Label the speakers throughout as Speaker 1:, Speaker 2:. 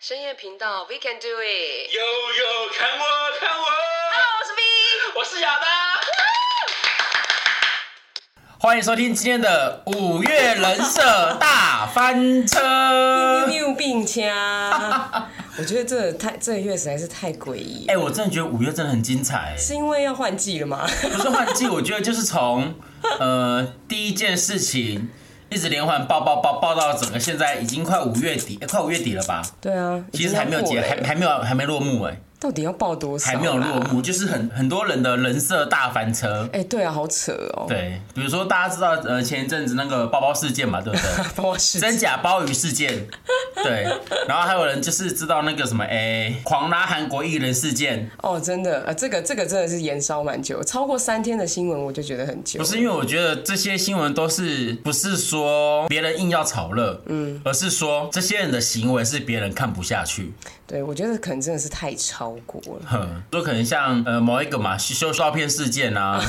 Speaker 1: 深夜频道，We can do it。
Speaker 2: 悠悠，看我，看我，
Speaker 1: Hello，我是 V。
Speaker 2: 我是亚当。
Speaker 3: 欢迎收听今天的五月人设大翻 车。
Speaker 1: 有病掐！我觉得这太这个月实在是太诡异
Speaker 3: 哎、，我真的觉得五月真的很精彩、
Speaker 1: 是因为要换季了吗？
Speaker 3: 不是换季，我觉得就是从呃第一件事情一直连环爆爆爆爆到整个现在已经快五月底，哎快五月底了吧？
Speaker 1: 对啊，
Speaker 3: 其实还没有结，
Speaker 1: 已经要过
Speaker 3: 还
Speaker 1: 了
Speaker 3: 还没有还没落幕哎、
Speaker 1: 到底要报多少？
Speaker 3: 还没有落。幕，就是很很多人的人设大翻车。
Speaker 1: 哎，对啊，好扯哦。
Speaker 3: 对，比如说大家知道呃前一阵子那个包包事件嘛，对不对？
Speaker 1: 帮我试
Speaker 3: 真假鲍鱼事件，对，然后还有人就是知道那个什么，哎、狂拉韩国艺人事件，
Speaker 1: 哦，真的，呃，这个这个真的是延烧蛮久，超过三天的新闻我就觉得很久。
Speaker 3: 不是因为我觉得这些新闻都是不是说别人硬要炒热，嗯，而是说这些人的行为是别人看不下去，
Speaker 1: 对，我觉得可能真的是太超过了。
Speaker 3: 哼，就可能像呃某一个嘛修照片事件 啊，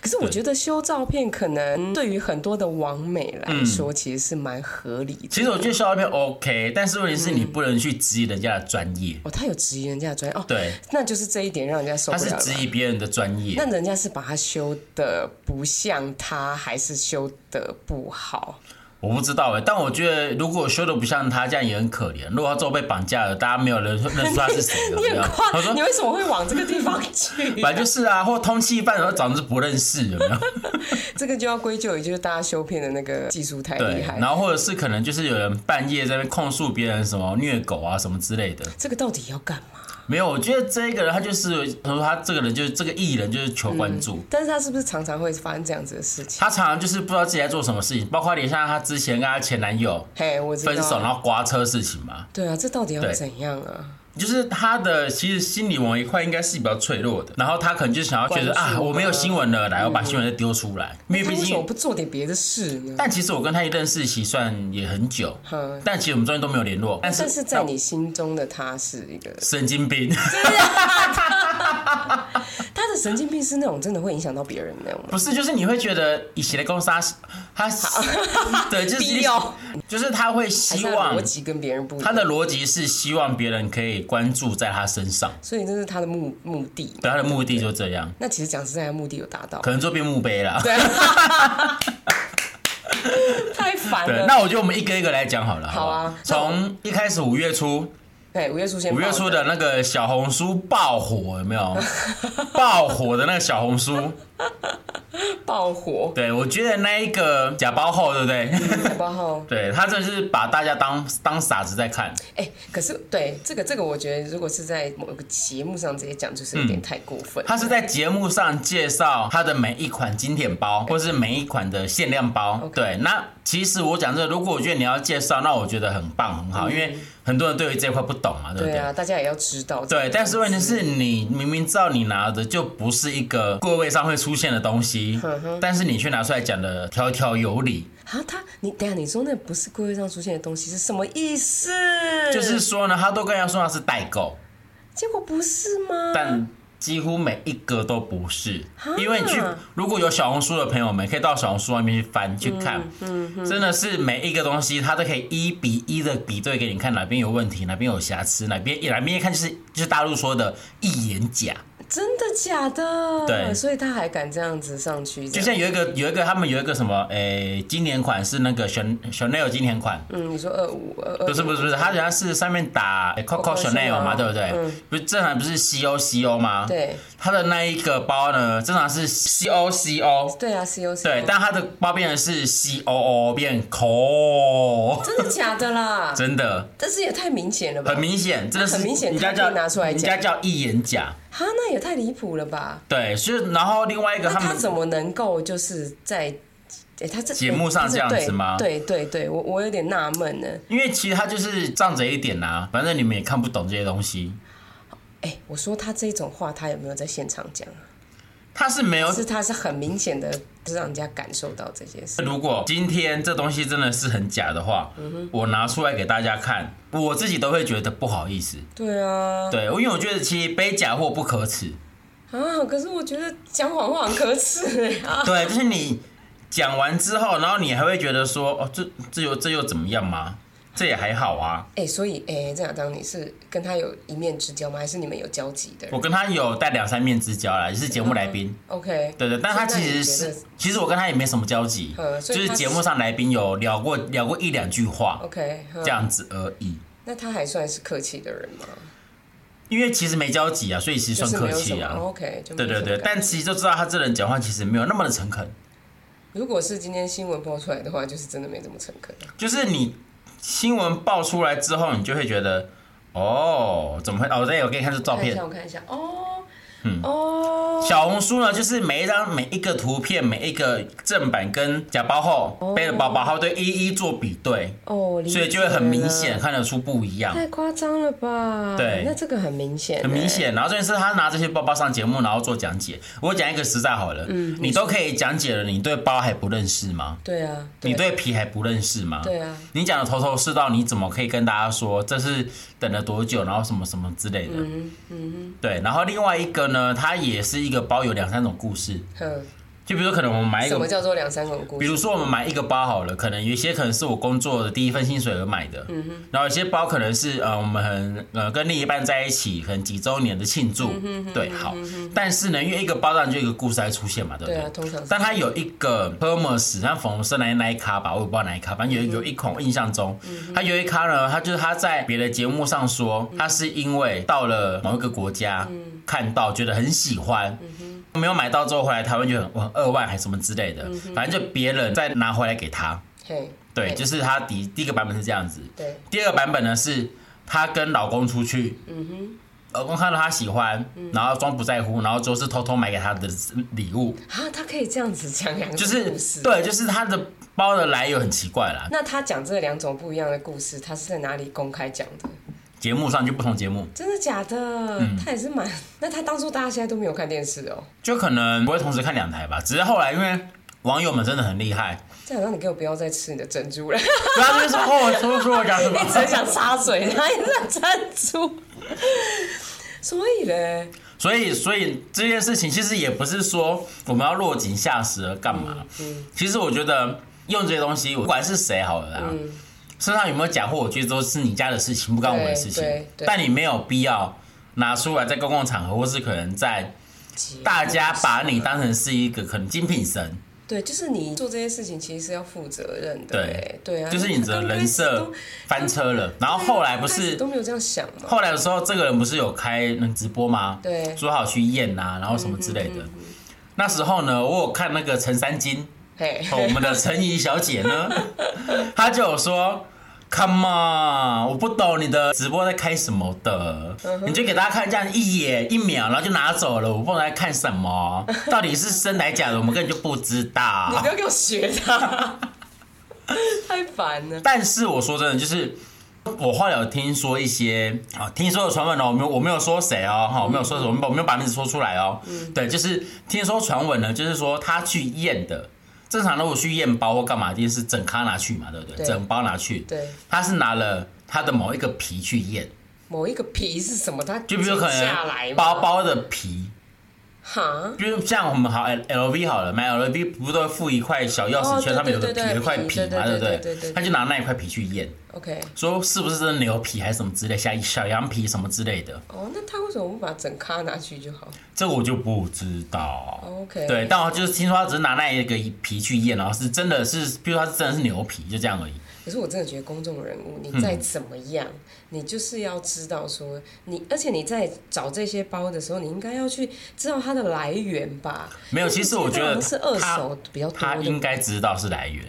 Speaker 1: 可是我觉得修照片可能对于很多的网美来说，其实是蛮合理的。
Speaker 3: 嗯其实我觉得修照片 OK，但是问题是
Speaker 1: 嗯
Speaker 3: 你不能去质疑人家的专业，
Speaker 1: 哦，他有质疑人家的专业哦，
Speaker 3: 对，
Speaker 1: 那就是这一点让人家受
Speaker 3: 他
Speaker 1: 不
Speaker 3: 是
Speaker 1: 了了。
Speaker 3: 质疑别人的专业，
Speaker 1: 那人家是把它修的不像他，还是修的不好？
Speaker 3: 我不知道哎、但我觉得如果修的不像他，这样也很可怜。如果他最后被绑架了，大家没有人认出他是谁了，
Speaker 1: 你
Speaker 3: 这
Speaker 1: 很
Speaker 3: 样
Speaker 1: 夸
Speaker 3: 他说
Speaker 1: 你为什么会往这个地方去？
Speaker 3: 本来就是啊，或通缉犯，然后长得是不认识，有没 有？
Speaker 1: 这个就要归咎于就是大家修片的那个技术太
Speaker 3: 对
Speaker 1: 哎厉，害
Speaker 3: 然。后或者是可能就是有人半夜在那边控诉别人什么虐狗啊什么之类的。
Speaker 1: 这个到底要干嘛？
Speaker 3: 没有，我觉得这个人他就是，他说他这个人就是这个艺人就是求关注。
Speaker 1: 但是他是不是常常会发生这样子的事情？
Speaker 3: 他常常就是不知道自己在做什么事情，包括连像他之前跟他前男友
Speaker 1: 嘿，我知道。
Speaker 3: 分手，然后刮车事情嘛，
Speaker 1: 对啊，这到底要
Speaker 3: 对
Speaker 1: 怎样啊？
Speaker 3: 就是他的其实心理某一块应该是比较脆弱的，然后他可能就想要觉得
Speaker 1: 关注
Speaker 3: 啊，我没有新闻了，来我把新闻再丢出来，因为
Speaker 1: 他
Speaker 3: 毕
Speaker 1: 嗯为什么
Speaker 3: 竟。
Speaker 1: 不做点别的事呢？
Speaker 3: 但其实我跟他也认识，其实算也很 久
Speaker 1: 哼，
Speaker 3: 但其实我们中间都没有联络。但是
Speaker 1: 但是在你心中的他是一个，
Speaker 3: 神经病，
Speaker 1: 他的神经病是那种真的会影响到别人那种吗。
Speaker 3: 不是就是你会觉得以前的公司他他 对就是
Speaker 1: 逼哦
Speaker 3: 就是他会
Speaker 1: 还是
Speaker 3: 希
Speaker 1: 他的
Speaker 3: 望
Speaker 1: 逻辑跟别人不一
Speaker 3: 他
Speaker 1: 样，
Speaker 3: 的逻辑是希望别人可以关注在他身上，
Speaker 1: 所以这是他的目目的。
Speaker 3: 对他的目的就这样，
Speaker 1: 那其实讲实在，的目的有达到，
Speaker 3: 可能做变墓碑啦。
Speaker 1: 太烦
Speaker 3: 对，
Speaker 1: 了。
Speaker 3: 那我觉得我们一个一个来讲好了，不
Speaker 1: 好啊那我
Speaker 3: 从一开始五月初，
Speaker 1: 对，五月初先报
Speaker 3: 五
Speaker 1: 的，
Speaker 3: 月初的那个小红书爆火，有没 有？爆火的那个小红书，
Speaker 1: 爆火，
Speaker 3: 对我觉得那一个假包后，对不对？
Speaker 1: 好不好？
Speaker 3: 对他真的是把大家当当傻子在看，
Speaker 1: 哎、可是对这个这个，我觉得如果是在某个节目上直接讲，就是有点太过分。
Speaker 3: 嗯他是在节目上介绍他的每一款经典包，或是每一款的限量包。对，那其实我讲这个，如果我觉得你要介绍，那我觉得很棒很好，因为很多人对于这块不懂嘛，对不
Speaker 1: 嗯对
Speaker 3: 对？
Speaker 1: 啊，大家也要知道。
Speaker 3: 对，但是问题是你明明知道你拿的就不是一个柜位上会出现的东西，但是你却拿出来讲的条条有理，
Speaker 1: 啊，他你等一下你说那不是规会上出现的东西是什么意思？嗯
Speaker 3: 就是说呢，他都跟人家说他是代购，
Speaker 1: 结果不是吗？
Speaker 3: 但几乎每一个都不是，因为你去如果有小红书的朋友们，可以到小红书外面去翻去看，真的是每一个东西它都可以一比一的比对给你看哪边有问题，哪边有瑕疵，哪边哪边一看就是就是大陆说的一眼假。
Speaker 1: 真的假的？
Speaker 3: 对
Speaker 1: 所以他还敢这样子上去，
Speaker 3: 就像有一个有一个他们有一个什么，诶、经典款是那个 Chan- Chanel 经典款，
Speaker 1: 嗯，你说二五二二，
Speaker 3: 不是不是不是，它人家是上面打诶 Coco
Speaker 1: Coco
Speaker 3: Chanel 嘛，
Speaker 1: Chanel 嗯
Speaker 3: 对不对？不是正常不是 C O C O 吗？，
Speaker 1: 对
Speaker 3: 它的那一个包呢，正常是 C O C O，
Speaker 1: 对啊，C O C，
Speaker 3: 对，但它的包变的是 C O O 变 Co，
Speaker 1: 真的假的啦？
Speaker 3: 真的
Speaker 1: 但是也太明显了吧？
Speaker 3: 很明显，真的是
Speaker 1: 很明显
Speaker 3: 人家
Speaker 1: 它可以
Speaker 3: 叫
Speaker 1: 拿出来
Speaker 3: 人
Speaker 1: 讲
Speaker 3: 家叫一眼假，
Speaker 1: 哈，那也太离谱了吧？
Speaker 3: 对，所以然后另外一个
Speaker 1: 那
Speaker 3: 他
Speaker 1: 他
Speaker 3: 们
Speaker 1: 怎么能够就是在，哎、他这
Speaker 3: 节目上
Speaker 1: 诶
Speaker 3: 这样子吗
Speaker 1: 对对对对，我我有点纳闷呢。
Speaker 3: 因为其实他就是仗着一点呐、反正你们也看不懂这些东西。
Speaker 1: 哎、我说他这种话，他有没有在现场讲啊？
Speaker 3: 他是没有
Speaker 1: 是他是很明显的，就是让人家感受到这些事。
Speaker 3: 如果今天这东西真的是很假的话，我拿出来给大家看，我自己都会觉得不好意思。
Speaker 1: 对啊，
Speaker 3: 对，因为我觉得其实背假货不可耻。
Speaker 1: 啊，可是我觉得讲谎话很可耻 哎啊。
Speaker 3: 对，就是你讲完之后，然后你还会觉得说，哦，这这又这又怎么样吗？这也还好啊。
Speaker 1: 哎、所以哎，郑亚当，你是跟他有一面之交吗？还是你们有交集的人
Speaker 3: 我跟他有带两三面之交啦，也是节目来
Speaker 1: 嗯
Speaker 3: 宾。
Speaker 1: ？OK，
Speaker 3: 对对，但他
Speaker 1: 所
Speaker 3: 其
Speaker 1: 以那你
Speaker 3: 实
Speaker 1: 觉得
Speaker 3: 是，其实我跟他也没什么交集，
Speaker 1: 嗯
Speaker 3: 就
Speaker 1: 所以
Speaker 3: 是
Speaker 1: 他
Speaker 3: 节
Speaker 1: 是
Speaker 3: 目上来宾有聊过聊过一两句话
Speaker 1: OK，嗯
Speaker 3: 这样子而已。
Speaker 1: 那他还算是客气的人吗？
Speaker 3: 因为其实没交集啊，所以其实
Speaker 1: 就是
Speaker 3: 算
Speaker 1: 没
Speaker 3: 客
Speaker 1: 有什
Speaker 3: 气
Speaker 1: 么哦
Speaker 3: 啊。
Speaker 1: OK，就
Speaker 3: 对
Speaker 1: 没有
Speaker 3: 对
Speaker 1: 什么
Speaker 3: 对，
Speaker 1: 感
Speaker 3: 但其实就知道他这人讲话其实没有那么的诚恳，
Speaker 1: 如果是今天新闻播出来的话，就是真的没这么诚恳。
Speaker 3: 就是你新闻爆出来之后，你就会觉得，哦，怎么会？哦，对，我给你看这照
Speaker 1: 看一
Speaker 3: 片
Speaker 1: 下，。我看一下，哦，哦，
Speaker 3: 小红书呢，就是每一张、每一个图片、每一个正版跟假包后背的包包后对一一做比对，
Speaker 1: 哦，理解
Speaker 3: 所以就会很明显看得出不一样
Speaker 1: 了，，太夸张了吧？
Speaker 3: 对
Speaker 1: 那这个很明显，欸
Speaker 3: 很明。显。然后这件事，他拿这些包包上节目，然后做讲解。我讲一个实在好了，
Speaker 1: 嗯
Speaker 3: 你都可以讲解了，你对包还不认识吗？
Speaker 1: 对啊，
Speaker 3: 你对皮还不认识吗？
Speaker 1: 对啊，
Speaker 3: 你讲的头头是道，你怎么可以跟大家说这是等了多久，然后什么什么之类的？嗯嗯，对。然后另外一个呢，它也是一个包有两三种故事，
Speaker 1: 嗯，
Speaker 3: 就比如说可能我们买一
Speaker 1: 什么
Speaker 3: 个，
Speaker 1: 叫做两三种故
Speaker 3: 比
Speaker 1: 事？
Speaker 3: 如说我们买一个包好了，可能有一些可能是我工作的第一份薪水而买的，嗯哼。然后有些包可能是呃我们很呃跟另一半在一起可能几周年的庆
Speaker 1: 嗯
Speaker 3: 祝，对，好。但是呢，因为一个包当然就有一个故事在出现嘛，对不
Speaker 1: 对
Speaker 3: 对
Speaker 1: 啊，？通常是
Speaker 3: 但它有一个 Hermes，它粉红色那一那一咖吧，我也不知道哪一咖，反正有有一孔，我印象中，它有一咖呢，它就是他在别的节目上说，他是因为到了某一个国家看到，觉得很喜欢。没有买到之后回来台湾就很我很二万还是什么之类的，反正就别人再拿回来给他。
Speaker 1: 嘿，
Speaker 3: 对，
Speaker 1: 嘿
Speaker 3: 就是他第第一个版本是这样子，
Speaker 1: 对，
Speaker 3: 第二个版本呢是她跟老公出去，老公看到她喜欢，然后装不在乎，然后就是偷偷买给她的礼物，
Speaker 1: 啊，他可以这样子讲两种
Speaker 3: 就
Speaker 1: 故事
Speaker 3: 是对，就是他的包的来由很奇怪啦。
Speaker 1: 那他讲这两种不一样的故事，他是在哪里公开讲的？
Speaker 3: 节目上就不同节目，
Speaker 1: 真的假的？
Speaker 3: 嗯
Speaker 1: 他也是蛮……那他当初大家现在都没有看电视哦。
Speaker 3: 就可能不会同时看两台吧。只是后来因为网友们真的很厉害，
Speaker 1: 这样让你给我不要再吃你的珍 珠了，
Speaker 3: 然后他就 说哦，说说我讲什么
Speaker 1: 一，直想插嘴，然后一直想珍珠。所以嘞，
Speaker 3: 所以所以这件事情其实也不是说我们要落井下石而干嘛。
Speaker 1: 嗯
Speaker 3: 其实我觉得用这些东西，不管是谁好了啦。
Speaker 1: 嗯
Speaker 3: 身上有没有假货，我觉得都是你家的事情，不干我的事情
Speaker 1: 对对。对
Speaker 3: 但你没有必要拿出来在公共场合，或是可能在大家把你当成是一个可能精品神，
Speaker 1: 对，就是你做这些事情其实是要负责任的。
Speaker 3: 对
Speaker 1: 对啊，
Speaker 3: 就是你的人设翻车了。然后
Speaker 1: 他刚开始都。
Speaker 3: 后来不
Speaker 1: 刚开始
Speaker 3: 是
Speaker 1: 啊都，没有这样想嘛？
Speaker 3: 后来的时候，这个人不是有开那个直播吗？
Speaker 1: 对嗯
Speaker 3: 说好去验呐，然后什么之类的。那时候呢，我有看那个陈三金，
Speaker 1: 嘿，
Speaker 3: 哦我们的陈怡小姐呢，她就有说。Come on！我不懂你的直播在开什么的，
Speaker 1: 嗯
Speaker 3: 你就给大家看这样一眼一秒，然后就拿走了。我不懂在看什么，到底是真来假的，我们根本就不知
Speaker 1: 你
Speaker 3: 道
Speaker 1: 不。要给我学他， 太烦了。
Speaker 3: 但是我说真的，就是我后来有听说一些啊，听说有传闻哦，我没有我没有说谁哦，哈，我没有说什么，我没有把名字说出来哦。
Speaker 1: 嗯
Speaker 3: 对，就是听说传闻呢，就是说他去验的，正常如果去验包或干嘛，一定是整咖拿去嘛，对不对？
Speaker 1: 对
Speaker 3: 整包拿去，
Speaker 1: 对，
Speaker 3: 他是拿了他的某一个皮去验，
Speaker 1: 某一个皮是什么？他
Speaker 3: 就比如可
Speaker 1: 剪下来
Speaker 3: 能
Speaker 1: 嘛
Speaker 3: 包包的皮。
Speaker 1: 哈，
Speaker 3: 比如像我们好 L L V 好了，买 L V 不都会附一块小钥匙圈，
Speaker 1: 哦对
Speaker 3: 上面有个皮
Speaker 1: 对对
Speaker 3: 有一块
Speaker 1: 对
Speaker 3: 皮
Speaker 1: 对
Speaker 3: 嘛，对
Speaker 1: 对
Speaker 3: 不
Speaker 1: 对对对对
Speaker 3: 他就拿那一块皮去验，
Speaker 1: OK，
Speaker 3: 说是不是真的牛皮还是什么之类，小小羊皮什么之类的，
Speaker 1: 哦，那他为什么不把整咖拿去就好
Speaker 3: 这我就不知道。
Speaker 1: ？OK，
Speaker 3: 对，但我就是听说他只是拿那一个皮去验，然后是真的是，比如说他是真的是牛皮，就这样而已。
Speaker 1: 可是我真的觉得公众人物，你
Speaker 3: 嗯
Speaker 1: 再怎么样，你就是要知道说你，而且你在找这些包的时候，你应该要去知道它的来源吧？
Speaker 3: 没有，其实我觉得
Speaker 1: 因为这些包好像是二
Speaker 3: 他
Speaker 1: 手比较
Speaker 3: 他
Speaker 1: 多
Speaker 3: 应
Speaker 1: 的。
Speaker 3: 该知道是来源，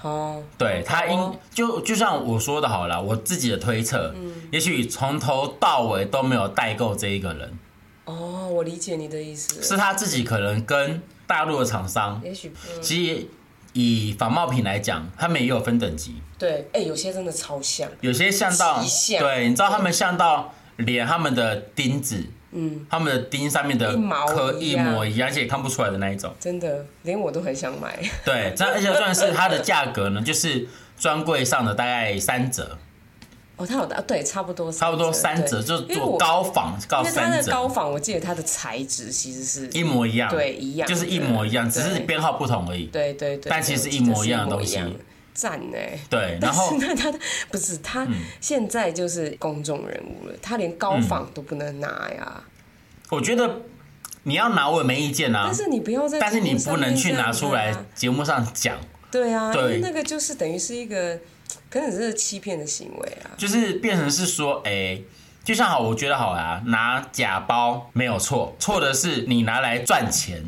Speaker 1: 哦，
Speaker 3: 对他应
Speaker 1: 哦
Speaker 3: 就就像我说的好了，我自己的推测，
Speaker 1: 嗯
Speaker 3: 也许从头到尾都没有代购这一个人，
Speaker 1: 哦，我理解你的意思了。
Speaker 3: 是他自己可能跟大陆的厂商，
Speaker 1: 也许、嗯、
Speaker 3: 其实以仿冒品来讲，他们也有分等级，
Speaker 1: 对，哎、有些真的超像，
Speaker 3: 有些像到
Speaker 1: 极限
Speaker 3: 对，你知道他们像到连他们的钉子，嗯，他们的钉上面的
Speaker 1: 一毛
Speaker 3: 壳
Speaker 1: 一
Speaker 3: 一
Speaker 1: 样
Speaker 3: 模一样，而且也看不出来的那一种。
Speaker 1: 真的连我都很想买。
Speaker 3: 对，这样而且算是它的价格呢，就是专柜上的大概三折，
Speaker 1: 哦，它有的对，差不多
Speaker 3: 差不多三折，
Speaker 1: 对
Speaker 3: 就是
Speaker 1: 因为我
Speaker 3: 做高仿高
Speaker 1: 因为它
Speaker 3: 三
Speaker 1: 的高
Speaker 3: 折，
Speaker 1: 仿，我记得它的材质其实是
Speaker 3: 一模一样，
Speaker 1: 对一样
Speaker 3: 就是一模一样，只是
Speaker 1: 对
Speaker 3: 编号不同而已。
Speaker 1: 对对对，
Speaker 3: 但
Speaker 1: 对
Speaker 3: 其实
Speaker 1: 我
Speaker 3: 一
Speaker 1: 记得
Speaker 3: 模
Speaker 1: 是
Speaker 3: 一
Speaker 1: 一
Speaker 3: 样的东
Speaker 1: 模一
Speaker 3: 西
Speaker 1: 样的赞哎、
Speaker 3: 对，然
Speaker 1: 但
Speaker 3: 后
Speaker 1: 是那他不是他现在就是公众人物了，他连高仿都不能拿呀。
Speaker 3: 我觉得你要拿我也没意见嗯啊
Speaker 1: 但，是你不要在、
Speaker 3: 但是你不能去拿出来节目上讲，
Speaker 1: 对啊，因
Speaker 3: 对
Speaker 1: 为那个就是等于是一个，可能是欺骗的行为啊。
Speaker 3: 就是变成是说，哎、就像好，我觉得好啦，拿假包没有错，错的是你拿来赚钱。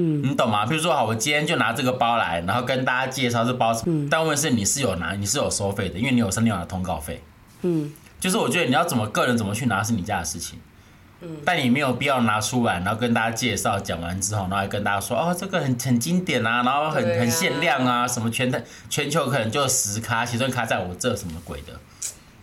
Speaker 3: 嗯，你懂吗？比如说，好，我今天就拿这个包来，然后跟大家介绍这包，
Speaker 1: 嗯
Speaker 3: 但问题是你是有拿，你是有收费的，因为你有申请有拿通告费。
Speaker 1: 嗯，
Speaker 3: 就是我觉得你要怎么个人怎么去拿是你家的事情，嗯，但你没有必要拿出来，然后跟大家介绍，讲完之后，然后还跟大家说哦，这个很很经典啊，然后很、
Speaker 1: 对啊
Speaker 3: 很限量啊，什么全台全球可能就十咖，其中一咖在我这什么鬼的。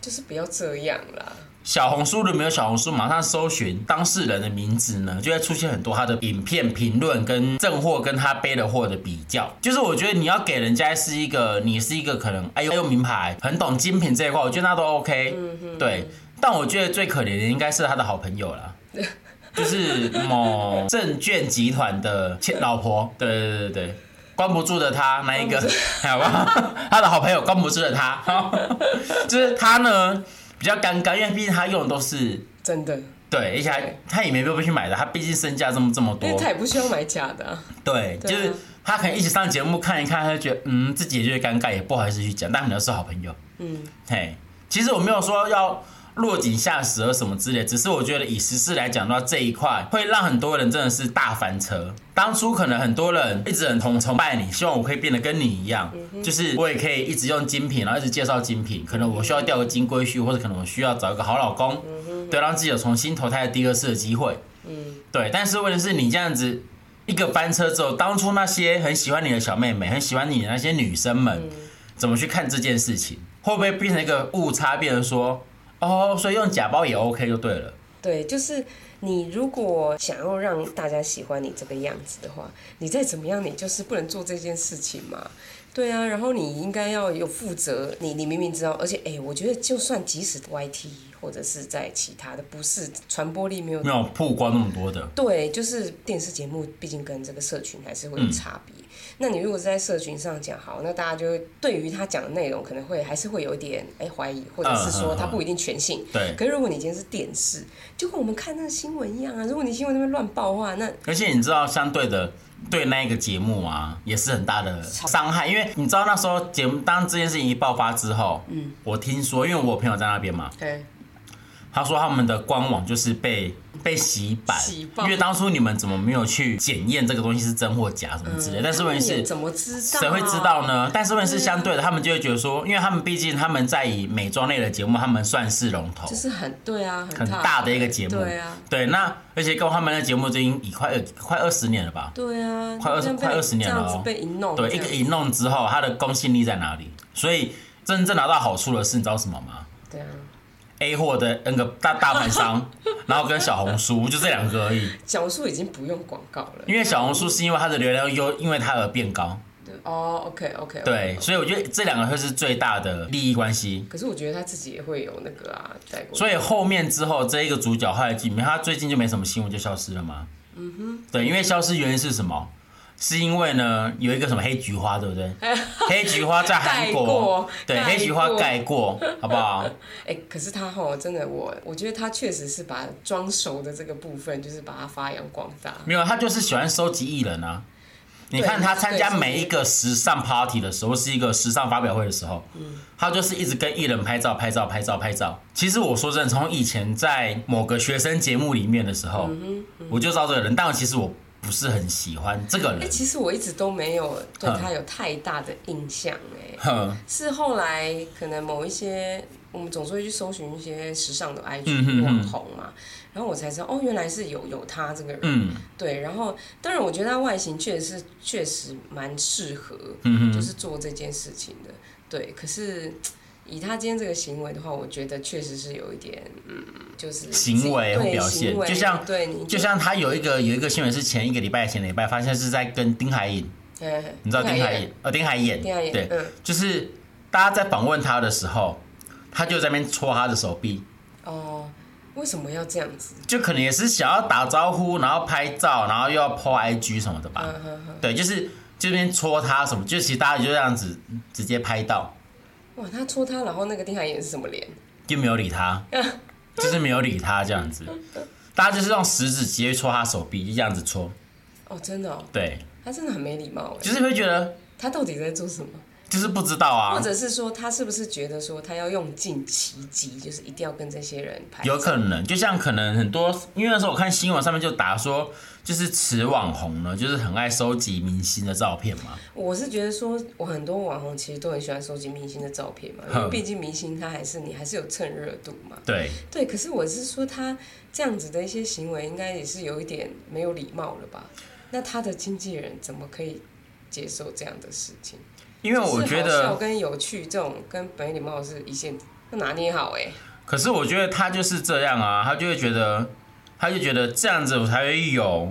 Speaker 1: 就是不要这样啦。
Speaker 3: 小红书如果没有小红书，马上搜寻当事人的名字呢，就会出现很多他的影片评论跟正货跟他背的货的比较。就是我觉得你要给人家是一个，你是一个可能哎呦哎呦名牌，很懂精品这一块，我觉得那都 OK、对，但我觉得最可怜的应该是他的好朋友啦。就是某证券集团的前老婆，对对对对对，关不住的他那一个，好吧， 他的好朋友关不住的他， 就是他呢比较尴尬，因为毕竟他用的都是
Speaker 1: 真的，
Speaker 3: 对，而且他他也没必要去买的，他毕竟身价这么这么
Speaker 1: 因为
Speaker 3: 多
Speaker 1: 他，也不需要买假的、啊。
Speaker 3: 对，就
Speaker 1: 对啊
Speaker 3: 是他可能一起上节目看一看，他就觉得嗯自己也觉得尴尬，也不好意思去讲，但可能是好朋友，
Speaker 1: 嗯，
Speaker 3: 嘿，其实我没有说要落井下石而什么之类，只是我觉得以时事来讲到这一块，会让很多人真的是大翻车。当初可能很多人一直很崇崇拜你，希望我可以变得跟你一样，
Speaker 1: 嗯
Speaker 3: 就是我也可以一直用精品，然后一直介绍精品。可能我需要钓个金龟婿，或者可能我需要找一个好老公，
Speaker 1: 嗯
Speaker 3: 对，让自己有重新投胎的第二次的机会。
Speaker 1: 嗯
Speaker 3: 对，但是问题是你这样子一个翻车之后，当初那些很喜欢你的小妹妹，很喜欢你的那些女生们，
Speaker 1: 嗯
Speaker 3: 怎么去看这件事情？会不会变成一个误差，变成说，哦，所以用假包也 OK 就对了。
Speaker 1: 对，就是你如果想要让大家喜欢你这个样子的话，你再怎么样，你就是不能做这件事情嘛。对啊，然后你应该要有负责，你你明明知道，而且哎，我觉得就算即使 YT 或者是在其他的，不是传播力没有
Speaker 3: 没有曝光那么多的，
Speaker 1: 对，就是电视节目，毕竟跟这个社群还是会
Speaker 3: 嗯
Speaker 1: 有差别。那你如果是在社群上讲好，那大家就会对于他讲的内容可能会还是会有一点哎怀疑，或者是说他不一定全信。
Speaker 3: 嗯对
Speaker 1: 可是如果你今天是电视，就跟我们看那个新闻一样啊，如果你新闻那边乱报的话，那
Speaker 3: 而且你知道，相对的，对那一个节目啊，也是很大的伤害，因为你知道那时候节目当这件事情一爆发之后，嗯，我听说，因为我有朋友在那边嘛，
Speaker 1: 哎
Speaker 3: 他说他们的官网就是被被洗版
Speaker 1: 洗，爆
Speaker 3: 因为当初你们怎么没有去检验这个东西是真或假什么之类？但是问题
Speaker 1: 那
Speaker 3: 是
Speaker 1: 你嗯怎么知道？啊
Speaker 3: 谁会知？道呢？但是问题是相对的，他们就会觉得说，因为他们毕竟他们在以美妆类的节目，他们算是龙头
Speaker 1: 就，是很对啊，
Speaker 3: 很大的一个节目。
Speaker 1: 对啊，
Speaker 3: 对，那而且跟他们的节目已经已快二快二十年了吧？
Speaker 1: 对啊，
Speaker 3: 快20
Speaker 1: 这样被
Speaker 3: 快20年了哦
Speaker 1: 这样子被一弄，
Speaker 3: 对，
Speaker 1: 这
Speaker 3: 一
Speaker 1: 样
Speaker 3: 个一弄之后，它的公信力在哪里？所以真正拿到好处的是，你知道什么吗？
Speaker 1: 对啊，
Speaker 3: A 货的那个大大盘 商，然后跟小红书就这两个而已。
Speaker 1: 讲述已经不用广告了。
Speaker 3: 因为小红书是因为它的流量优，因为它而变高，
Speaker 1: 对哦，OK OK，
Speaker 3: 对，所以我觉得这两个会是最大的利益关系。
Speaker 1: 可是我觉得他自己也会有那个啊，带过去。
Speaker 3: 所以后面之后这一个主角后来记，你看他最近就没什么新闻，就消失了嘛。嗯哼，对，因为消失原因是什么？是因为呢有一个什么黑菊花，对不 对？黑菊花在韩
Speaker 1: 盖过
Speaker 3: 国，对，
Speaker 1: 盖
Speaker 3: 黑菊花
Speaker 1: 过
Speaker 3: 盖过，好不好？
Speaker 1: 哎、可是他吼，真的我，我觉得他确实是把装熟的这个部分，就是把它发扬光大。
Speaker 3: 没有，他就是喜欢收集艺人啊。你看他参加每一个时尚 party 的时候，是一个时尚发表会的时候，
Speaker 1: 嗯
Speaker 3: 他就是一直跟艺人拍照、拍照、拍照、拍照。其实我说真的，从以前在某个学生节目里面的时
Speaker 1: 嗯
Speaker 3: 候，我就知道这个人，但其实我不是很喜欢这个
Speaker 1: 哎、
Speaker 3: 人。
Speaker 1: 其实我一直都没有对
Speaker 3: 嗯
Speaker 1: 他有太大的印象、哎，
Speaker 3: 哼，
Speaker 1: 是后来可能某一些，我们总是会去搜寻一些时尚的 IG、
Speaker 3: 嗯哼哼
Speaker 1: 网红嘛，然后我才知道，哦，原来是有有他这个人。
Speaker 3: 嗯，
Speaker 1: 对，然后当然，我觉得他外形确实是确实蛮适合，
Speaker 3: 嗯
Speaker 1: 就是做这件事情的。对，可是以他今天这个行为的话，我觉得确实是有一点，嗯，就是
Speaker 3: 行为或
Speaker 1: 对
Speaker 3: 表
Speaker 1: 行
Speaker 3: 现
Speaker 1: 为
Speaker 3: 就像
Speaker 1: 对你
Speaker 3: 就像他有一个有一个新闻是前一个礼拜、前礼拜发现是在跟丁海颖，
Speaker 1: 哎，
Speaker 3: 你知道丁海
Speaker 1: 眼，
Speaker 3: 颖呃丁海颖
Speaker 1: 丁海眼，
Speaker 3: 对，
Speaker 1: 嗯，
Speaker 3: 就是大家在访问他的时候，他就在那边戳他的手臂。
Speaker 1: 哦，为什么要这样子？
Speaker 3: 就可能也是想要打招呼，然后拍照，然后又要 po IG 什么的吧。对，就是这边戳他什么，就其实大家就这样子直接拍到，
Speaker 1: 哇，他戳他，然后那个丁海寅是什么脸？
Speaker 3: 就没有理他，就是没有理他这样子，大家就是用食指直接戳他手臂，就这样子戳，
Speaker 1: 哦，真的哦，
Speaker 3: 对，
Speaker 1: 他真的很没礼貌哎，
Speaker 3: 就是会觉得
Speaker 1: 他到底在做什么？
Speaker 3: 就是不知道啊
Speaker 1: 或，者是说他是不是觉得说他要用尽其极，就是一定要跟这些人拍？
Speaker 3: 有可能，就像可能很多，因为那时候我看新闻上面就打说，就是持网红呢，就是很爱收集明星的照片嘛，
Speaker 1: 我是觉得说，我很多网红其实都很喜欢收集明星的照片嘛，因为
Speaker 3: 哼
Speaker 1: 毕竟明星他还是你还是有蹭热度嘛。
Speaker 3: 对，
Speaker 1: 对，可是我是说他这样子的一些行为，应该也是有一点没有礼貌了吧？那他的经纪人怎么可以接受这样的事情？
Speaker 3: 因为我觉
Speaker 1: 就是好笑
Speaker 3: 得，
Speaker 1: 跟有趣这种跟没礼貌是一线，要拿捏好哎、
Speaker 3: 可是我觉得他就是这样啊，他就会觉得，他就觉得这样子我才会有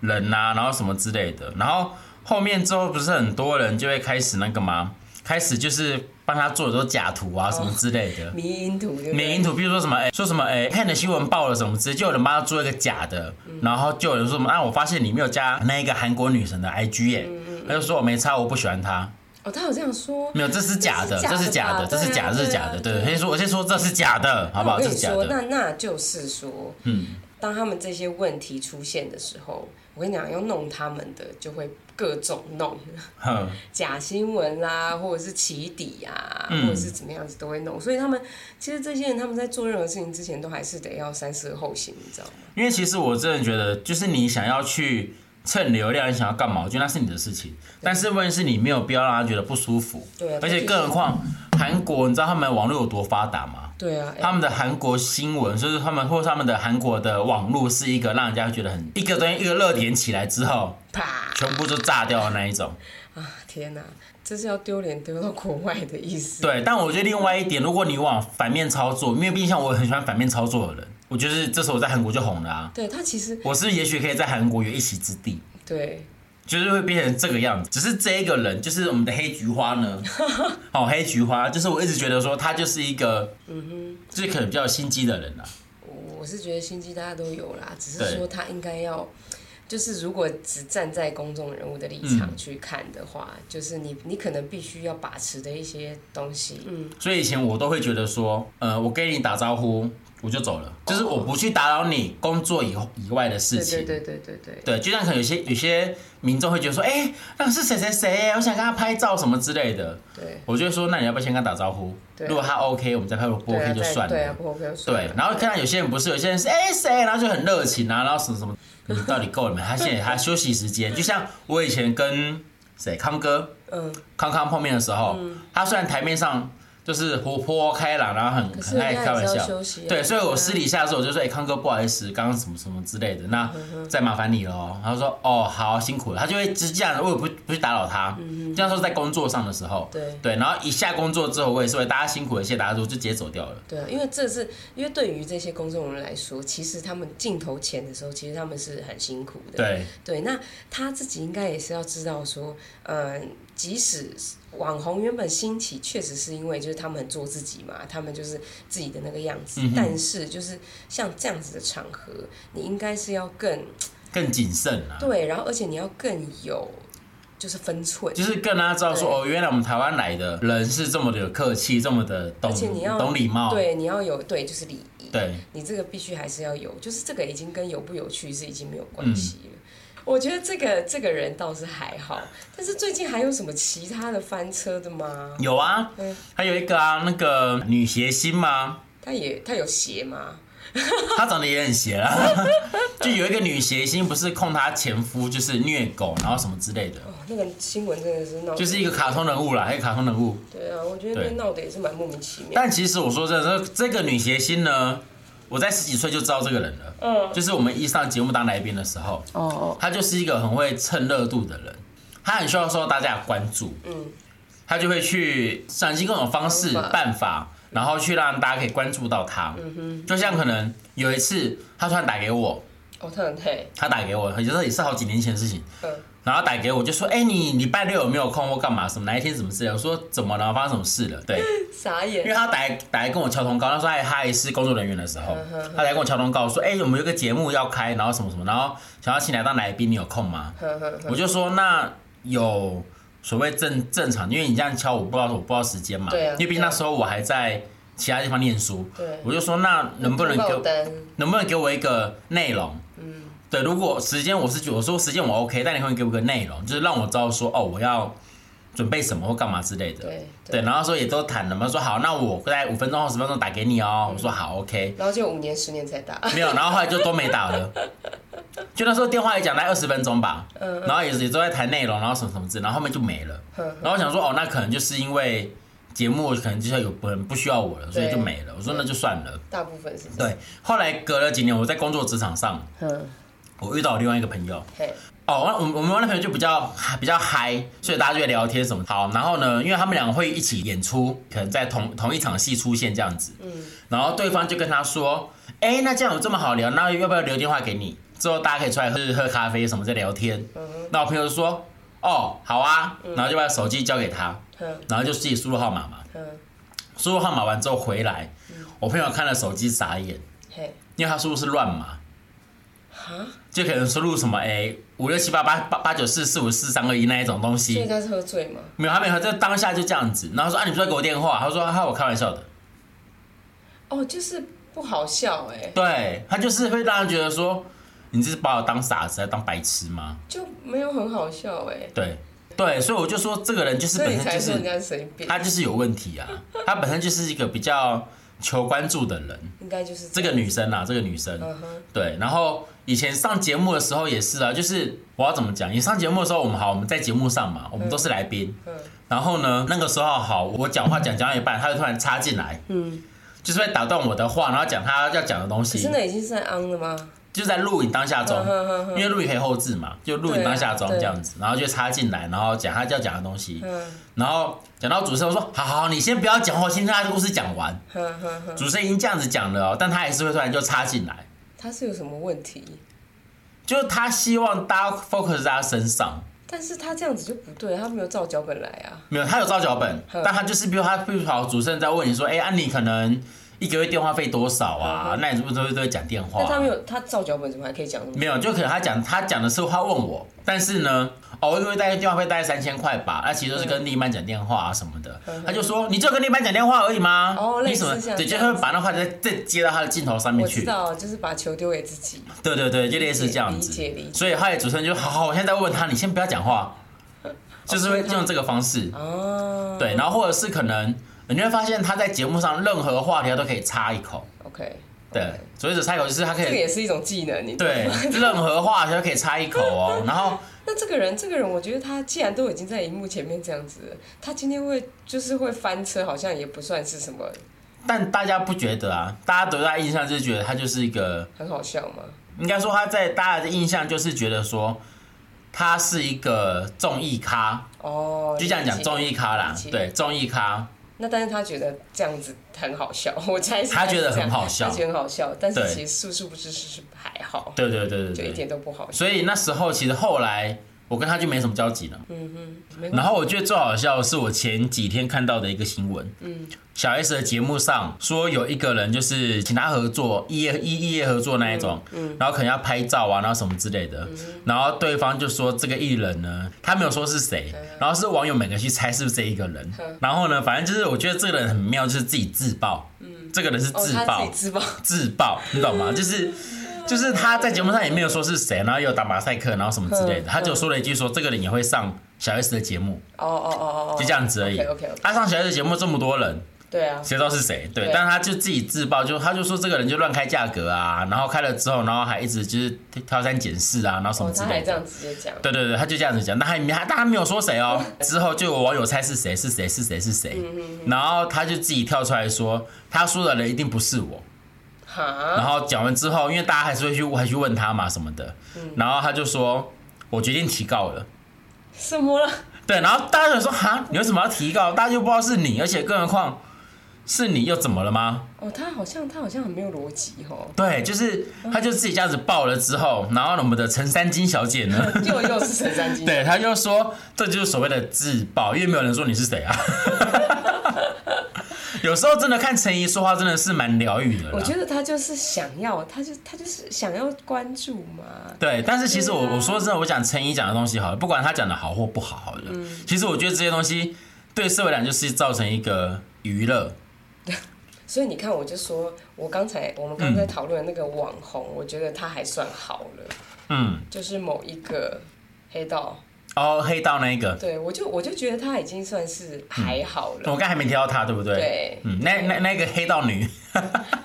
Speaker 3: 人呐、然后什么之类的，然后后面之后不是很多人就会开始那个吗？开始就是帮他做很多假图
Speaker 1: 哦
Speaker 3: 啊什么之类的。
Speaker 1: 迷因图对不对？
Speaker 3: 美音图，比如说什么，哎、说什么，哎、看你的新闻报了什么之类，就有人帮他做一个假的，
Speaker 1: 嗯
Speaker 3: 然后就有人说什么，啊，我发现你没有加那一个韩国女神的 IG 耶、
Speaker 1: 嗯
Speaker 3: 他就说我没差，我不喜欢她，
Speaker 1: 哦，他有这样说。
Speaker 3: 没有，这是假的，这
Speaker 1: 这
Speaker 3: 是
Speaker 1: 是
Speaker 3: 假
Speaker 1: 假
Speaker 3: 的，
Speaker 1: 的吧
Speaker 3: 这是假的，这
Speaker 1: 对啊
Speaker 3: 是假的，
Speaker 1: 对
Speaker 3: 对
Speaker 1: 啊对啊，
Speaker 3: 先说我先说这是假的，好不
Speaker 1: 那
Speaker 3: 好？
Speaker 1: 我
Speaker 3: 这
Speaker 1: 跟
Speaker 3: 是
Speaker 1: 你
Speaker 3: 假
Speaker 1: 说，那
Speaker 3: 的，
Speaker 1: 那就是说，
Speaker 3: 嗯，
Speaker 1: 当他们这些问题出现的时候，我跟你讲，要弄他们的就会各种弄，
Speaker 3: 哼，
Speaker 1: 假新闻啦，或者是起底啊，
Speaker 3: 嗯
Speaker 1: 或者是怎么样子都会弄。所以他们其实这些人他们在做任何事情之前，都还是得要三思而后行，你知道吗？
Speaker 3: 因为其实我真的觉得，就是你想要去蹭流量，你想要干嘛，我觉得那是你的事情，但是问题是你没有必要让他觉得不舒服，
Speaker 1: 对啊
Speaker 3: 而且
Speaker 1: 就是
Speaker 3: 更何况韩国，你知道他们网络有多发达吗？
Speaker 1: 对啊，哎
Speaker 3: 他们的韩国新闻，就是他们或他们的韩国的网络是一个让人家觉得很一个东西一个热点起来之后，
Speaker 1: 啪
Speaker 3: 全部都炸掉的那一种。
Speaker 1: 啊！天哪、这是要丢脸丢到国外的意思。
Speaker 3: 对，但我觉得另外一点，如果你往反面操作，因为毕竟像我很喜欢反面操作的人，我觉得这时候我在韩国就红了啊。
Speaker 1: 对他其实
Speaker 3: 我是也许可以在韩国有一席之地，
Speaker 1: 对
Speaker 3: 就是会变成这个样子。只是这一个人，就是我们的黑菊花 呢，哦，黑菊花，就是我一直觉得说他就是一个，嗯哼，就是可能比较有心机的人啊啦、
Speaker 1: 我我是觉得心机大家都有啦，只
Speaker 3: 对
Speaker 1: 是说他应该要，就是如果只站在公众人物的立
Speaker 3: 嗯
Speaker 1: 场去看的话，就是你你可能必须要把持的一些东西，嗯，
Speaker 3: 所以以前我都会觉得说，呃，我跟你打招呼我就走了，就是我不去打扰你工作以后以外的事
Speaker 1: 对
Speaker 3: 情。
Speaker 1: 对对对对对，
Speaker 3: 对就像可能有些有些民众会觉得说，哎、那是谁谁谁，啊我想跟他拍照什么之类的，
Speaker 1: 对
Speaker 3: 我就会说，那你要不要先跟他打招呼？
Speaker 1: 对啊
Speaker 3: 如果他 OK，我们再拍；如果不
Speaker 1: 对
Speaker 3: OK
Speaker 1: 啊，
Speaker 3: 就
Speaker 1: 在
Speaker 3: 算了。
Speaker 1: 对啊，不 OK 就算了
Speaker 3: 对，然后看到有些人不是，有些人是哎谁、然后就很热情啊，然后什么什么，你到底够了没？他现在他休息时间，就像我以前跟谁康哥，
Speaker 1: 嗯，
Speaker 3: 康康碰面的时候，他虽然台面上就是活泼开朗，然后很
Speaker 1: 可是
Speaker 3: 很爱
Speaker 1: 人家
Speaker 3: 开玩
Speaker 1: 也是要
Speaker 3: 笑
Speaker 1: 休息啊，
Speaker 3: 对，所以我
Speaker 1: 对啊
Speaker 3: 私底下的时候我就说，哎、康哥不好意思，刚刚什么什么之类的，那
Speaker 1: 嗯
Speaker 3: 再麻烦你喽。他说，哦，好辛苦了，他就会就这样，我也不不去打扰他，这样说是在工作上的时候，
Speaker 1: 嗯对
Speaker 3: 对，然后一下工作之后，我也是会大家辛苦了，谢谢大家，我就直接走掉了。
Speaker 1: 对啊，因为这是因为对于这些公众人来说，其实他们镜头前的时候，其实他们是很辛苦的。
Speaker 3: 对，
Speaker 1: 对，那他自己应该也是要知道说，嗯、即使网红原本兴起，确实是因为就是他们很做自己嘛，他们就是自己的那个样子。
Speaker 3: 嗯哼
Speaker 1: 但是就是像这样子的场合，你应该是要更
Speaker 3: 啊更谨慎啊，
Speaker 1: 对，然后而且你要更有就是分寸，
Speaker 3: 就是更让他知道说，
Speaker 1: 对
Speaker 3: 哦，原来我们台湾来的人是这么的有客气，这么的懂
Speaker 1: 而且你
Speaker 3: 嗯
Speaker 1: 要
Speaker 3: 懂礼貌，
Speaker 1: 对，你要有对就是礼仪。
Speaker 3: 对
Speaker 1: 你这个必须还是要有，就是这个已经跟有不有趣是已经没有关系了。我觉得这个这个人倒是还好，但是最近还有什么其他的翻车的吗？
Speaker 3: 有啊，
Speaker 1: 嗯
Speaker 3: 还有一个啊，那个女谐星嘛，
Speaker 1: 他也他有鞋吗？
Speaker 3: 她长得也很邪啦， 就有一个女谐星不是控她前夫就是虐狗，然后什么之类的，
Speaker 1: 哦，那个新闻真的是闹，
Speaker 3: 就是一个卡通人物啦，还有卡通人物。
Speaker 1: 对啊，我觉得那
Speaker 3: 对
Speaker 1: 闹得也是蛮莫名其妙。
Speaker 3: 但其实我说真的，这这个女谐星呢，我在十几岁就知道这个人了，嗯，就是我们一上节目当来宾的时候，
Speaker 1: 哦哦，
Speaker 3: 他就是一个很会蹭热度的人，他很需要受到大家的关注，嗯，他就会去想尽各种方式
Speaker 1: 方法
Speaker 3: 办法，然后去让大家可以关注到他。就像可能有一次，他突然打给我，
Speaker 1: 哦，他很配，
Speaker 3: 他打给我，就是也是好几年前的事情，
Speaker 1: 嗯，
Speaker 3: 然后打给我就说，哎、你礼拜六有没有空或干嘛什么哪一天什么之类的，我说怎么了，发生什么事了？对，
Speaker 1: 傻
Speaker 3: 因
Speaker 1: 眼，
Speaker 3: 为他打来打来跟我敲通告，那时候他还他也是工作人员的时候，
Speaker 1: 嗯
Speaker 3: 他来跟我敲通告说，哎、我们
Speaker 1: 嗯
Speaker 3: 有个节目要开，然后什么什么，然后想要请你来当来宾，你有空吗？
Speaker 1: 呵呵呵，
Speaker 3: 我就说那有所谓正正常，因为你这样敲，我不知道我不知道时间嘛，
Speaker 1: 对啊
Speaker 3: 因为毕竟那时候我还在其他地方念书，
Speaker 1: 对
Speaker 3: 我就说那能不能给
Speaker 1: 爆
Speaker 3: 我
Speaker 1: 单？
Speaker 3: 能不能给我一个内容？嗯，对，如果时间我是觉得我说时间我 OK，但你可不可以给我一个内容，就是让我知道说哦我要准备什么或干嘛之类的。
Speaker 1: 对
Speaker 3: 对，
Speaker 1: 对，
Speaker 3: 然后说也都谈了嘛，说好，那我在五分钟后十分钟打给你哦。
Speaker 1: 嗯
Speaker 3: 我说好，OK，
Speaker 1: 然后就五年十年才打，
Speaker 3: 没有，然后后来就都没打 了。就那时候电话也讲大概二十分钟吧，
Speaker 1: 嗯
Speaker 3: 然后也也都在谈内容，然后什么什么之类，然后后面就没了。然后我想说，哦，那可能就是因为节目可能就是有人不需要我了，所以就没了。我说那就算了。
Speaker 1: 大部分是这样。
Speaker 3: 对，后来隔了几年，我在工作职场上，
Speaker 1: 嗯，
Speaker 3: 我遇到我另外一个朋友，
Speaker 1: 嘿，
Speaker 3: 哦，我我我们玩的朋友就比较比较嗨，所以大家就会聊天什么。好，然后呢，因为他们两个会一起演出，可能在同同一场戏出现这样子。嗯。然后对方就跟他说：“哎、那这样有这么好聊，那要不要留电话给你？之后大家可以出来喝喝咖啡什么再聊天。”那我朋友就说：“哦，好啊。”然后就把手机交给他，
Speaker 1: 嗯
Speaker 3: 然后就自己输入号码嘛。
Speaker 1: 嗯，
Speaker 3: 输入号码完之后回来，我朋友看了手机傻眼，
Speaker 1: 嘿，
Speaker 3: 因为他输入是乱码。
Speaker 1: 哈，
Speaker 3: 就可能输入什么哎五六七八八八八九四四五四三二一那一种东
Speaker 1: 所以
Speaker 3: 西，
Speaker 1: 他是喝醉嘛？
Speaker 3: 没有他没有，就当下就这样子。然后说啊，你不是给我电话？他说啊，我开玩笑的。
Speaker 1: 哦，就是不好笑哎，
Speaker 3: 对他就是会让人觉得说，你这是把我当傻子，还当白痴吗？
Speaker 1: 就没有很好笑哎，
Speaker 3: 对对，所以我就说这个人就是
Speaker 1: 所以
Speaker 3: 本
Speaker 1: 你
Speaker 3: 身
Speaker 1: 才
Speaker 3: 就
Speaker 1: 说人
Speaker 3: 是
Speaker 1: 家随便，
Speaker 3: 他就是有问题啊，他本身就是一个比较求关注的人。
Speaker 1: 应该就是
Speaker 3: 这
Speaker 1: 样
Speaker 3: 个女生啊，这个女生，
Speaker 1: 嗯哼，
Speaker 3: 对，然后以前上节目的时候也是啊，就是我要怎么讲？你上节目的时候，我们好，我们在节目上嘛，我们都是来宾。
Speaker 1: 嗯
Speaker 3: 然后呢，那个时候好，我讲话讲讲到一半，他就突然插进来，
Speaker 1: 嗯，
Speaker 3: 就是会打断我的话，然后讲他要讲的东
Speaker 1: 可
Speaker 3: 西
Speaker 1: 是，那已经是在 on 了吗？
Speaker 3: 就是在录影当下中
Speaker 1: 嗯，哼哼哼
Speaker 3: 因为录影可以后置嘛，就录影当下中这样子，然后就插进来，然后讲他要讲的东西，
Speaker 1: 嗯
Speaker 3: 然后讲到主持人我说，好好，好你先不要讲话，我先听他的故事讲完。
Speaker 1: 哼哼哼，
Speaker 3: 主持人已经这样子讲了哦，但他还是会突然就插进来。
Speaker 1: 他是有什么问题？
Speaker 3: 就是他希望大家 focus 在他身上，
Speaker 1: 但是他这样子就不对，他没有照脚本来啊。
Speaker 3: 没有他有照脚本，
Speaker 1: 嗯
Speaker 3: 但他就是比如他比如好主持人在问你说，哎、安妮可能一个月电话费多少啊？那你是不是都会都会讲电话
Speaker 1: 但？他没有，他照脚本怎么还可以讲那么？
Speaker 3: 没有，就可能他讲他讲的是他问我，但是呢，哦，因为大概电话费大概三千块吧，那其实都是跟另一半讲电话啊什么的，他就说你就跟另一半讲电话而已吗？
Speaker 1: 哦
Speaker 3: 你什么
Speaker 1: 类似像
Speaker 3: 对，
Speaker 1: 这
Speaker 3: 就
Speaker 1: 样子
Speaker 3: 会把那话再再接到他的镜头上面
Speaker 1: 我
Speaker 3: 去
Speaker 1: 知。道，就是把球丢给自己。
Speaker 3: 对对对，就类似这样
Speaker 1: 理
Speaker 3: 子
Speaker 1: 解理。解
Speaker 3: 所以后来主持人就好好，我现在在问他，你先不要讲话，就是会用这个方式。
Speaker 1: 哦，
Speaker 3: 对，然后或者是可能你就会发现他在节目上任何话题他都可以插一口。
Speaker 1: ，OK，
Speaker 3: 对，所谓的插一口就是他可
Speaker 1: 这个
Speaker 3: 以
Speaker 1: 也是一种技能，你知道
Speaker 3: 对
Speaker 1: 吗
Speaker 3: 任何话题都可以插一口 哦。然后
Speaker 1: 那这个人，这个人，我觉得他既然都已经在荧幕前面这样子了，他今天会就是会翻车，好像也不算是什么
Speaker 3: 但大家不觉得啊？大家对他印象就是觉得他就是一个，
Speaker 1: 很好笑嘛。
Speaker 3: 应该说他在大家的印象就是觉得说他是一个综艺咖，
Speaker 1: 哦，
Speaker 3: 就这样讲综
Speaker 1: 艺。
Speaker 3: 艺咖啦
Speaker 1: 理，解
Speaker 3: 对综艺咖。
Speaker 1: 那但是他觉得这样子很好笑， 我猜是
Speaker 3: 他觉得
Speaker 1: 这样
Speaker 3: 很好笑
Speaker 1: 他觉得很好笑，但是
Speaker 3: 对
Speaker 1: 其实殊殊不知是是还好，
Speaker 3: 对对对对
Speaker 1: 就
Speaker 3: 对
Speaker 1: 一，点都不好笑。
Speaker 3: 所以那时候其实后来我跟他就没什么交集了。
Speaker 1: 没关系
Speaker 3: 然后我觉得最好笑的是我前几天看到的一个新闻，嗯，小 S 的节目上说有一个人就是请他合作，异业异异业合作那一种，
Speaker 1: 嗯
Speaker 3: 然后可能要拍照啊，然后什么之类的，然后对方就说这个艺人呢，他没有说是谁，然后是网友每个去猜是不是这一个人，然后呢，反正就是我觉得这个人很妙，就是自己自爆，嗯，这个人是
Speaker 1: 哦，
Speaker 3: 自
Speaker 1: 他
Speaker 3: 爆，
Speaker 1: 自己自爆，
Speaker 3: 自爆，你懂吗？就是就是他在节目上也没有说是谁，然后也有打马赛克，然后什么之类的，
Speaker 1: 嗯
Speaker 3: 他就说了一句说这个人也会上小 S 的节目，
Speaker 1: 哦哦哦哦哦，
Speaker 3: 就这样子而已
Speaker 1: OK，OK，OK。
Speaker 3: 他上小 S 的节目这么多人，
Speaker 1: 对啊，
Speaker 3: 谁知道是谁？对，
Speaker 1: 对
Speaker 3: 但他就自己自爆，就他就说这个人就乱开价格啊，然后开了之后，然后还一直就是挑三拣四啊，然后什么
Speaker 1: 哦，
Speaker 3: 之
Speaker 1: 他还
Speaker 3: 类
Speaker 1: 这
Speaker 3: 的。
Speaker 1: 样直接讲，
Speaker 3: 对对对，他就这样子讲，但他也没他但他没有说谁哦。
Speaker 1: 嗯
Speaker 3: 之后就有网友猜是谁是谁是谁是谁，然后他就自己跳出来说，他说的人一定不是我。然后
Speaker 1: 哈，
Speaker 3: 讲完之后，因为大家还是会去还去问他嘛什么的，
Speaker 1: 嗯
Speaker 3: 然后他就说，我决定提告了。
Speaker 1: 什么了？
Speaker 3: 对，然后大家就说哈，你为什么要提告？大家就不知道是你，而且更何况是你又怎么了吗？
Speaker 1: 哦，他好像他好像很没有逻辑哦，
Speaker 3: 对，就是他就自己这样子报了之后，然后我们的陈三金小姐 呢，
Speaker 1: 又又是陈三金，
Speaker 3: 对，她就说这就是所谓的自爆，因为没有人说你是谁啊。 有时候真的看陈怡说话真的是蛮疗愈的啦
Speaker 1: 我。觉得他就是想要，他就他就是想要关注嘛。
Speaker 3: 对，但是其实我、
Speaker 1: 嗯
Speaker 3: 我说真的，我讲陈怡讲的东西好了，不管他讲的好或不好，好了，
Speaker 1: 嗯
Speaker 3: 其实我觉得这些东西对社会来讲就是造成一个娱乐，
Speaker 1: 所以你看，我就说，我刚才我们刚才讨论的那个网红，我觉得他还算好了，
Speaker 3: 嗯，
Speaker 1: 就是某一个黑道，
Speaker 3: 哦，黑道那一个，
Speaker 1: 对我就我就觉得他已经算是还好了。
Speaker 3: 我刚才还没提到他，对不对？
Speaker 1: 对
Speaker 3: 嗯，那那那个黑道女，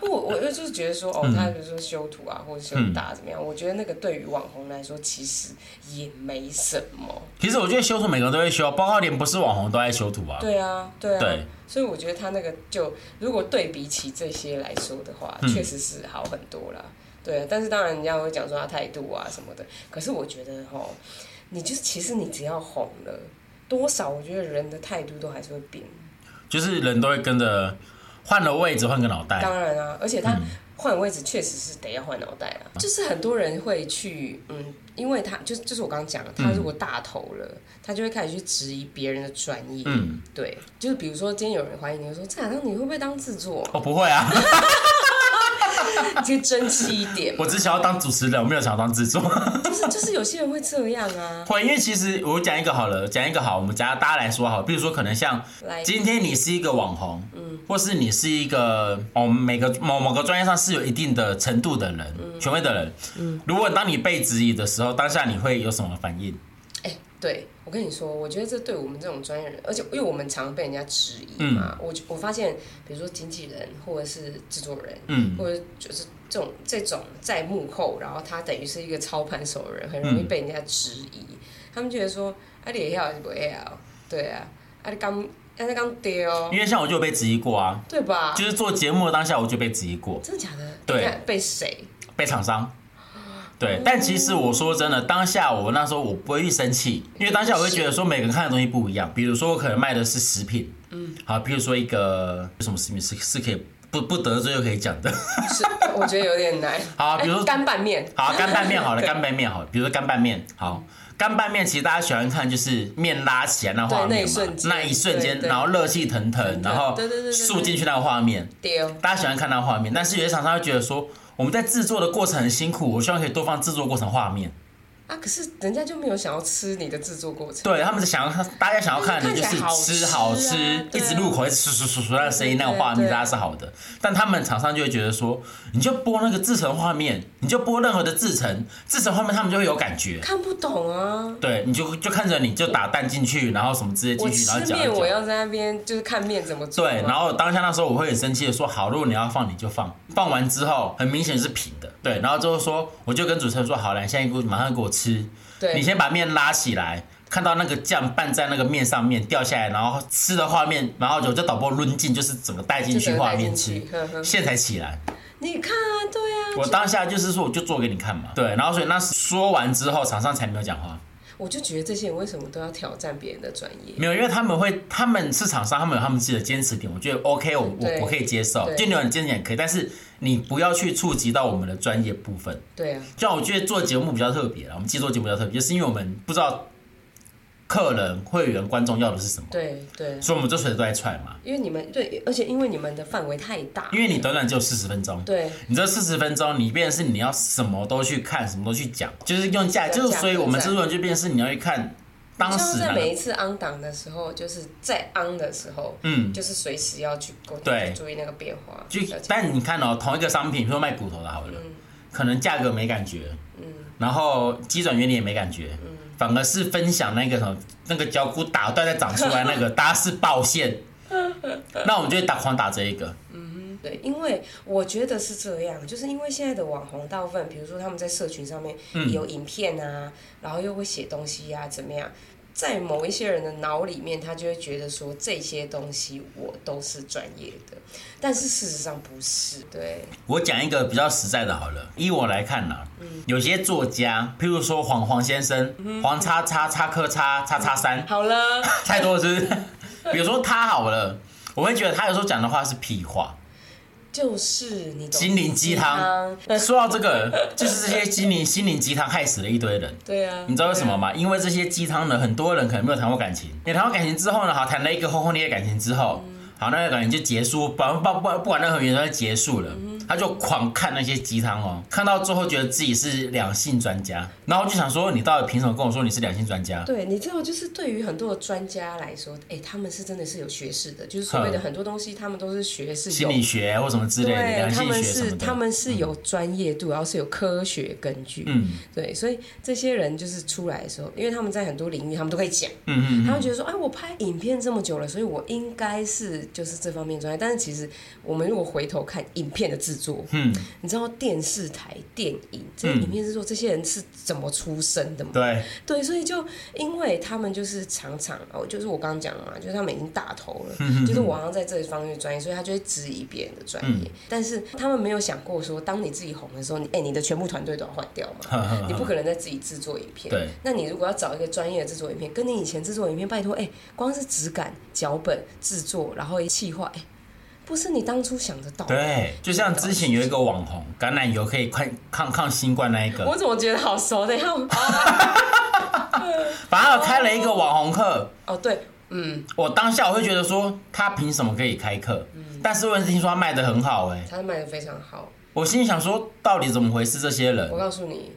Speaker 1: 我我就是觉得说，
Speaker 3: 嗯
Speaker 1: 哦，他比如说修图啊，或者修打怎么样，我觉得那个对于网红来说，其实也没什么。
Speaker 3: 其实我觉得修图每个人都会修，包括连不是网红都爱修图啊。
Speaker 1: 对啊，对啊，
Speaker 3: 对
Speaker 1: 所以我觉得他那个就如果对比起这些来说的话，
Speaker 3: 嗯
Speaker 1: 确实是好很多啦。对啊，但是当然人家会讲说他态度啊什么的，可是我觉得吼，你就是其实你只要红了，多少我觉得人的态度都还是会变。
Speaker 3: 就是人都会跟着换了位置，换个脑袋。
Speaker 1: 当然啊，而且他换位置确实是得要换脑袋啊。就是很多人会去，嗯，因为他就就是我刚刚讲的，他如果大头了，他就会开始去质疑别人的专业。
Speaker 3: 嗯，
Speaker 1: 对，就是比如说今天有人怀疑你，就说这两张你会不会当制作？
Speaker 3: 我、不会啊，
Speaker 1: 就争气一点嘛
Speaker 3: 我只想要当主持人，我没有想要当制作。
Speaker 1: 就是就是有些人会这样啊。
Speaker 3: 会，因为其实我讲一个好了，讲一个好，我们讲大家来说好，比如说可能像
Speaker 1: 来
Speaker 3: 今天你是一个网红，嗯，或是你是一个哦每个某某个专业上是有一定的程度的人，权威的人，嗯，如果当你被质疑的时候，当下你会有什么反应？
Speaker 1: 哎、对我跟你说，我觉得这对我们这种专业人，而且因为我们常被人家质疑嘛，
Speaker 3: 嗯
Speaker 1: 我我发现，比如说经纪人或者是制作人，
Speaker 3: 嗯，
Speaker 1: 或者就是这种这种在幕后，然后他等于是一个操盘手的人，很容易被人家质疑。他们觉得说，啊，你会晓还是不会晓？对啊，啊你刚啊你刚对哦，
Speaker 3: 因为像我就有被质疑过啊，
Speaker 1: 对吧？
Speaker 3: 就是做节目的当下我就被质疑过，
Speaker 1: 真的假的？
Speaker 3: 对
Speaker 1: 你看被谁？
Speaker 3: 被厂商。对，但其实我说真的，当下我那时候我不会去生气，因为当下我会觉得说每个人看的东西不一样。比如说我可能卖的是食品，嗯，好，比如说一个有什么食品是是可以不不得罪又可以讲的，
Speaker 1: 是，我觉得有点难。
Speaker 3: 好比如说
Speaker 1: 哎干拌面，
Speaker 3: 好，干拌面好了，
Speaker 1: 对嗯
Speaker 3: 干拌面好了，比如说干拌面，好，干拌面其实大家喜欢看就是面拉起来那画
Speaker 1: 对那
Speaker 3: 面
Speaker 1: 一
Speaker 3: 嘛
Speaker 1: 瞬，间
Speaker 3: 那一瞬间，
Speaker 1: 对对
Speaker 3: 然后热气腾腾，然后
Speaker 1: 对对对对对
Speaker 3: 竖进去那个画面，
Speaker 1: 丢。
Speaker 3: 大家喜欢看那画面，但是有些厂商会觉得说我们在制作的过程很辛苦，我希望可以多放制作过程画面。
Speaker 1: 啊，可是人家就没有想要吃你的制作过程。
Speaker 3: 对他们是想要，大家想要看的就
Speaker 1: 看
Speaker 3: 是
Speaker 1: 起来好
Speaker 3: 吃
Speaker 1: 吃啊
Speaker 3: 好吃，一
Speaker 1: 对啊
Speaker 3: 直入口，一直唰唰唰唰那个声音，那
Speaker 1: 对
Speaker 3: 个
Speaker 1: 对
Speaker 3: 画面，
Speaker 1: 对
Speaker 3: 大家是好的。但他们厂商就会觉得说，你就播那个制成画面，你就播任何的制成，制成画面他们就会有感觉。
Speaker 1: 看不懂啊！
Speaker 3: 对，你就就看着你就打蛋进去，然后什么直接
Speaker 1: 我
Speaker 3: 进去，
Speaker 1: 吃
Speaker 3: 然后搅一
Speaker 1: 面，我
Speaker 3: 搅。
Speaker 1: 要在那边就是看面怎么做。啊
Speaker 3: 对，然后当下那时候我会很生气的说，好，如果你要放你就放，放完之后很明显是平的，对，然后之后说我就跟主持人说，好了，你现在给我马上给我吃，
Speaker 1: 对，
Speaker 3: 你先把面拉起来，看到那个酱拌在那个面上面掉下来，然后吃的画面，然后我就导播抡进，就是整个带进去
Speaker 1: 就整个
Speaker 3: 画
Speaker 1: 带
Speaker 3: 面
Speaker 1: 进
Speaker 3: 吃
Speaker 1: 去呵，呵
Speaker 3: 现在才起来。
Speaker 1: 你看啊，对啊，
Speaker 3: 我当下就是说，我就做给你看嘛，对，然后所以那说完之后，厂商才没有讲话，
Speaker 1: 我就觉得这些人为什么都要挑战别人的专业？
Speaker 3: 没有，因为他们会，他们是厂商，他们有他们自己的坚持点，我觉得 OK，我我
Speaker 1: 对
Speaker 3: 我可以接受，
Speaker 1: 对
Speaker 3: 就你有你坚持点可以，但是你不要去触及到我们的专业部分。
Speaker 1: 对啊，
Speaker 3: 就像我觉得做节目比较特别啦，我们制作节目比较特别，就是因为我们不知道客人、会员、观众要的是什么。
Speaker 1: 对对，
Speaker 3: 所以我们就随时都在踹嘛，
Speaker 1: 因为你们对，而且因为你们的范围太大，
Speaker 3: 因为你短短只有四十分钟，
Speaker 1: 对
Speaker 3: 你这四十分钟，你变成是你要什么都去看，什么都去讲，就是用价，
Speaker 1: 对
Speaker 3: 就是所以
Speaker 1: 价格
Speaker 3: 我们
Speaker 1: 战
Speaker 3: 制作人就变成是你要去看当
Speaker 1: 像
Speaker 3: 时
Speaker 1: 在
Speaker 3: 那
Speaker 1: 每一
Speaker 3: 个，
Speaker 1: 次 on 档的时候，就是在 on 的时候，
Speaker 3: 嗯，
Speaker 1: 就是随时要去沟
Speaker 3: 对
Speaker 1: 注意那个变化。
Speaker 3: 就
Speaker 1: 而且
Speaker 3: 但你看哦，同一个商品，比如说卖骨头的好
Speaker 1: 嗯
Speaker 3: 了，可能价格没感觉，然后基转原理也没感觉，
Speaker 1: 嗯
Speaker 3: 反而是分享那个什么那个脚骨打断再长出来 那个，大家是爆线，那我们就会打狂打这一个，
Speaker 1: 对，因为我觉得是这样，就是因为现在的网红大部分，比如说他们在社群上面
Speaker 3: 嗯
Speaker 1: 有影片啊，然后又会写东西啊，怎么样，在某一些人的脑里面，他就会觉得说这些东西我都是专业的，但是事实上不是，对，
Speaker 3: 我讲一个比较实在的好了，依我来看呢、有些作家，譬如说黄黄先生、黄叉叉叉科叉叉叉三，
Speaker 1: 好了，
Speaker 3: 太多了是不 是？比如说他好了，我会觉得他有时候讲的话是屁话。
Speaker 1: 就是你懂
Speaker 3: 心灵鸡汤，说到这个，就是这些心灵心灵鸡汤害死了一堆人。
Speaker 1: 对啊，
Speaker 3: 你知道为什么吗？因
Speaker 1: 嗯
Speaker 3: 为这些鸡汤呢，很多人可能没有谈过感情，也谈过感情之后呢，好谈了一个轰轰烈烈的感情之后，好，那个人就结束，不管不不不管任何原因，他就结束了，
Speaker 1: 嗯
Speaker 3: 他就狂看那些鸡汤哦，看到最后觉得自己是两性专家，然后就想说，你到底凭什么跟我说你是两性专家？
Speaker 1: 对，你知道，就是对于很多的专家来说，哎、他们是真的是有学识的，就是所谓的
Speaker 3: 嗯
Speaker 1: 很多东西，他们都是学是
Speaker 3: 心
Speaker 1: 有
Speaker 3: 理学或什么之类的，
Speaker 1: 对，
Speaker 3: 两
Speaker 1: 他
Speaker 3: 性学
Speaker 1: 们
Speaker 3: 什
Speaker 1: 是
Speaker 3: 么的，
Speaker 1: 他们是有专业度，然后是有科学根据。
Speaker 3: 嗯
Speaker 1: 对，所以这些人就是出来的时候，因为他们在很多领域他们都可以讲，
Speaker 3: 嗯嗯
Speaker 1: 他们觉得说，哎，我拍影片这么久了，所以我应该是就是这方面专业。但是其实我们如果回头看影片的制作，
Speaker 3: 嗯，
Speaker 1: 你知道电视台、电影这些
Speaker 3: 嗯
Speaker 1: 影片制作，这些人是怎么出身的吗？
Speaker 3: 对，
Speaker 1: 对，所以就因为他们就是常常哦，就是我刚刚讲的嘛，就是他们已经大头了，
Speaker 3: 嗯
Speaker 1: 就是我好像在这方面专业，所以他就会质疑别人的专
Speaker 3: 嗯
Speaker 1: 业。但是他们没有想过说，当你自己红的时候，你哎、你的全部团队都要换掉嘛，
Speaker 3: 呵呵呵
Speaker 1: 你不可能再自己制作影片。
Speaker 3: 对，
Speaker 1: 那你如果要找一个专业的制作影片，跟你以前制作影片，拜托哎、光是质感、脚本、制作，然后企划，哎、不是你当初想得到的。
Speaker 3: 对，就像之前有一个网红橄榄油可以抗抗抗新冠那一
Speaker 1: 我
Speaker 3: 个，
Speaker 1: 怎么觉得好熟？等一下我，
Speaker 3: 反而开了一个网红课，
Speaker 1: 哦对，嗯，
Speaker 3: 我当下我会觉得说他凭什么可以开课？但是问题是听说他卖的很好哎、
Speaker 1: 他卖的非常好。
Speaker 3: 我心里想说到底怎么回事？这些
Speaker 1: 我
Speaker 3: 人，
Speaker 1: 告诉你，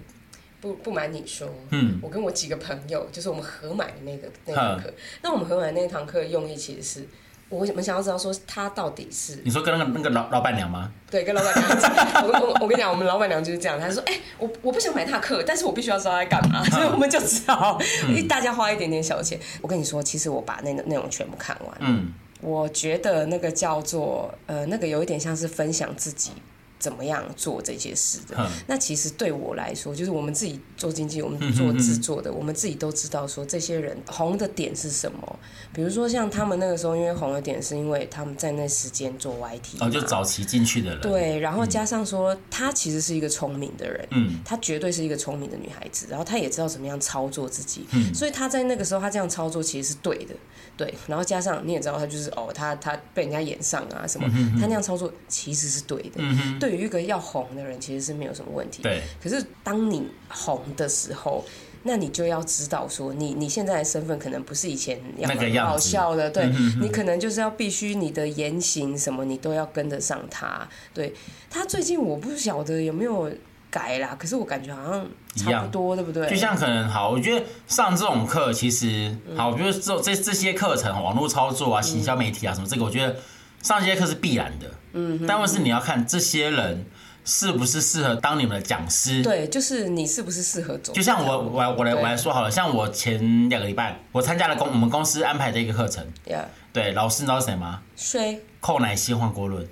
Speaker 1: 不不瞒你说，
Speaker 3: 嗯
Speaker 1: 我跟我几个朋友，就是我们合买的那个那
Speaker 3: 嗯
Speaker 1: 堂课，那我们合买那堂课的用意其实是。我我们想要知道说他到底是
Speaker 3: 你说跟那个那个老老板娘吗？
Speaker 1: 对跟老板娘讲，我我我跟你讲，我们老板娘就是这样，她说，哎、我我不想买他的课，但是我必须要知道他在干嘛，所以我们就只好
Speaker 3: 嗯
Speaker 1: 大家花一点点小钱。我跟你说，其实我把那个内容全部看完，
Speaker 3: 嗯，
Speaker 1: 我觉得那个叫做呃，那个有一点像是分享自己怎么样做这些事的。
Speaker 3: 嗯
Speaker 1: 那其实对我来说，就是我们自己做经济，我们做制作
Speaker 3: 嗯
Speaker 1: 的，我们自己都知道说这些人红的点是什么。比如说像他们那个时候，因为红的点是因为他们在那时间做 YT，
Speaker 3: 哦，就
Speaker 1: 嘛
Speaker 3: 早期进去的人，，
Speaker 1: 对，然后加上说她其实是一个聪明的人，
Speaker 3: 嗯，
Speaker 1: 她绝对是一个聪明的女孩子，然后她也知道怎么样操作自己，
Speaker 3: 嗯
Speaker 1: 所以她在那个时候她这样操作其实是对的，对。然后加上你也知道她就是哦，她她被人家演上啊什
Speaker 3: 嗯
Speaker 1: 么，她那样操作其实是对的。对于一个要红的人，其实是没有什么问题。
Speaker 3: 对。
Speaker 1: 可是当你红的时候。那你就要知道说你，你现在的身份可能不是以前要
Speaker 3: 那个
Speaker 1: 蛮
Speaker 3: 样
Speaker 1: 好
Speaker 3: 子嗯
Speaker 1: 笑的，对、你可能就是要必须你的言行什么你都要跟得上他。对他最近我不晓得有没有改啦，可是我感觉好像
Speaker 3: 一
Speaker 1: 差
Speaker 3: 样
Speaker 1: 不多，对不对？
Speaker 3: 就像可能好，我觉得上这种课其实
Speaker 1: 嗯
Speaker 3: 好，我觉得这这这些课程，网络操作啊、行销媒体啊什么，这个我觉得上这些课是必然的。嗯，但问题是你要看这些人是不是适合当你们的讲师。，
Speaker 1: 对，就是你是不是适合走？
Speaker 3: 就像我我来我来我来说好了，像我前两个礼拜我参加了公我们公司安排的一个课程，
Speaker 1: 呀，
Speaker 3: 对，老师你知道是谁吗？
Speaker 1: 睡，哦
Speaker 3: 寇乃馨、黄国伦。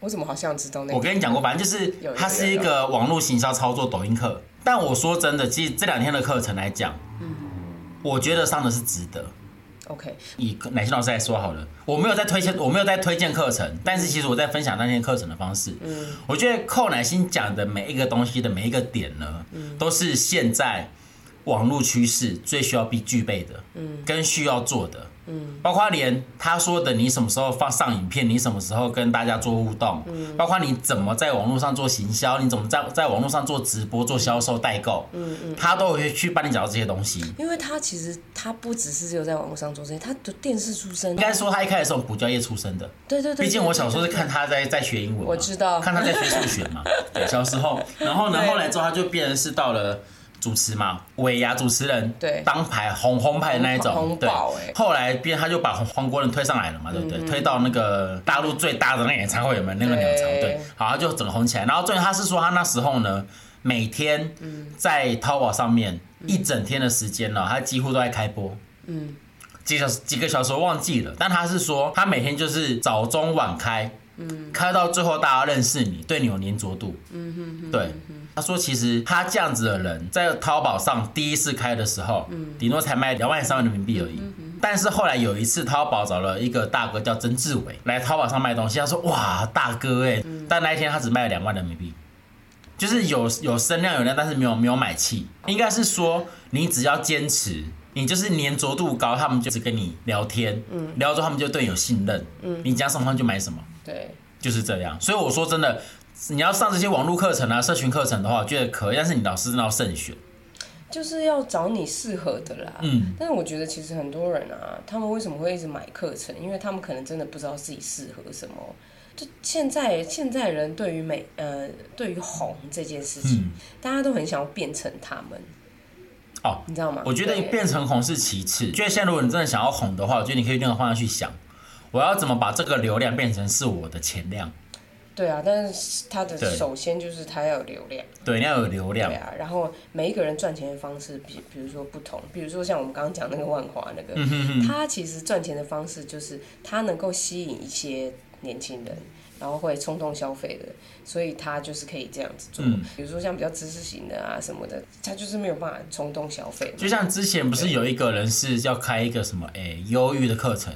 Speaker 1: 我怎么好像知道那
Speaker 3: 我
Speaker 1: 个？
Speaker 3: 跟你讲过，反正就是
Speaker 1: 有有
Speaker 3: 它是一个网络行销操作抖音课。但我说真的，其实这两天的课程来讲，
Speaker 1: 嗯
Speaker 3: 我觉得上的是值得。
Speaker 1: OK，
Speaker 3: 以奶心老师来说好了，我没有在推荐，我没有在推荐课程，但是其实我在分享那天课程的方式。嗯，我觉得寇乃馨讲的每一个东西的每一个点呢，都是现在网络趋势最需要必具备的，嗯，跟需要做的，嗯，包括连他说的你什么时候放上影片，你什么时候跟大家做互动，嗯，包括你怎么在网络上做行销，你怎么在在网络上做直播、做销售、代购，嗯嗯，他都会去帮你找到这些东西。
Speaker 1: 因为他其实他不只是只有在网络上做这些，他的电视出身，啊
Speaker 3: 应该说他一开始是从补教业出身的，
Speaker 1: 对对对，
Speaker 3: 毕竟我小时候是
Speaker 1: 对
Speaker 3: 看他在在学英文嘛，
Speaker 1: 我知道
Speaker 3: 看他在学数学 嘛，对，小时候，然后呢，
Speaker 1: 对
Speaker 3: 后来之后他就变成是到了主持嘛，尾牙主持人，
Speaker 1: 对
Speaker 3: 当牌红红牌的那一
Speaker 1: 红
Speaker 3: 种，对嗯
Speaker 1: 爆欸，
Speaker 3: 后来变他就把黄黄国伦推上来了嘛，对不对？推到那个大陆最大的那个演唱会有没有？那个鸟巢，
Speaker 1: 对
Speaker 3: 对，好，他就整个红起来。然后最后他是说他那时候呢，每天在淘宝上面一整天的时间呢，他几乎都在开播，嗯几小时几个小时我忘记了，但他是说他每天就是早中晚开，嗯，开到最后大家认识你，对你有粘着度，嗯哼对。他说其实他这样子的人在淘宝上第一次开的时候，嗯，顶多才卖两万三万人民币而已。但是后来有一次，淘宝找了一个大哥叫曾志伟来淘宝上卖东西，他说哇大哥哎、但那一天他只卖了两万人民币，就是有有声量有量，但是没有没有买气，应该是说你只要坚持，你就是粘着度高，他们就只跟你聊天，嗯，聊之后他们就对你有信任，嗯，你讲什么他们就买什么，
Speaker 1: 对
Speaker 3: 就是这样。所以我说真的，你要上这些网络课程啊、社群课程的话，我觉得可以，但是你老师真的要慎选。
Speaker 1: 就是要找你适合的啦。
Speaker 3: 嗯，
Speaker 1: 但是我觉得其实很多人啊，他们为什么会一直买课程？因为他们可能真的不知道自己适合什么。就现在现在人对于美呃对于红这件事情，
Speaker 3: 嗯
Speaker 1: 大家都很想要变成他们，
Speaker 3: 哦，
Speaker 1: 你知道吗？
Speaker 3: 我觉得
Speaker 1: 对
Speaker 3: 变成红是其次，就是现在如果你真的想要红的话，我觉得你可以那个方向去想，我要怎么把这个流量变成是我的钱量？
Speaker 1: 对啊，但是他的
Speaker 3: 对
Speaker 1: 首先就是他要有流量。
Speaker 3: 对，你要有流量
Speaker 1: 对。啊，然后每一个人赚钱的方式，比比如说不同，比如说像我们刚刚讲那个万华那个，
Speaker 3: 嗯
Speaker 1: 他其实赚钱的方式就是他能够吸引一些年轻人，然后会冲动消费的，所以他就是可以这样子做。
Speaker 3: 嗯
Speaker 1: 比如说像比较知识型的啊什么的，他就是没有办法冲动消费嘛。
Speaker 3: 就像之前不是有一个人是要开一个什么诶忧郁的课程，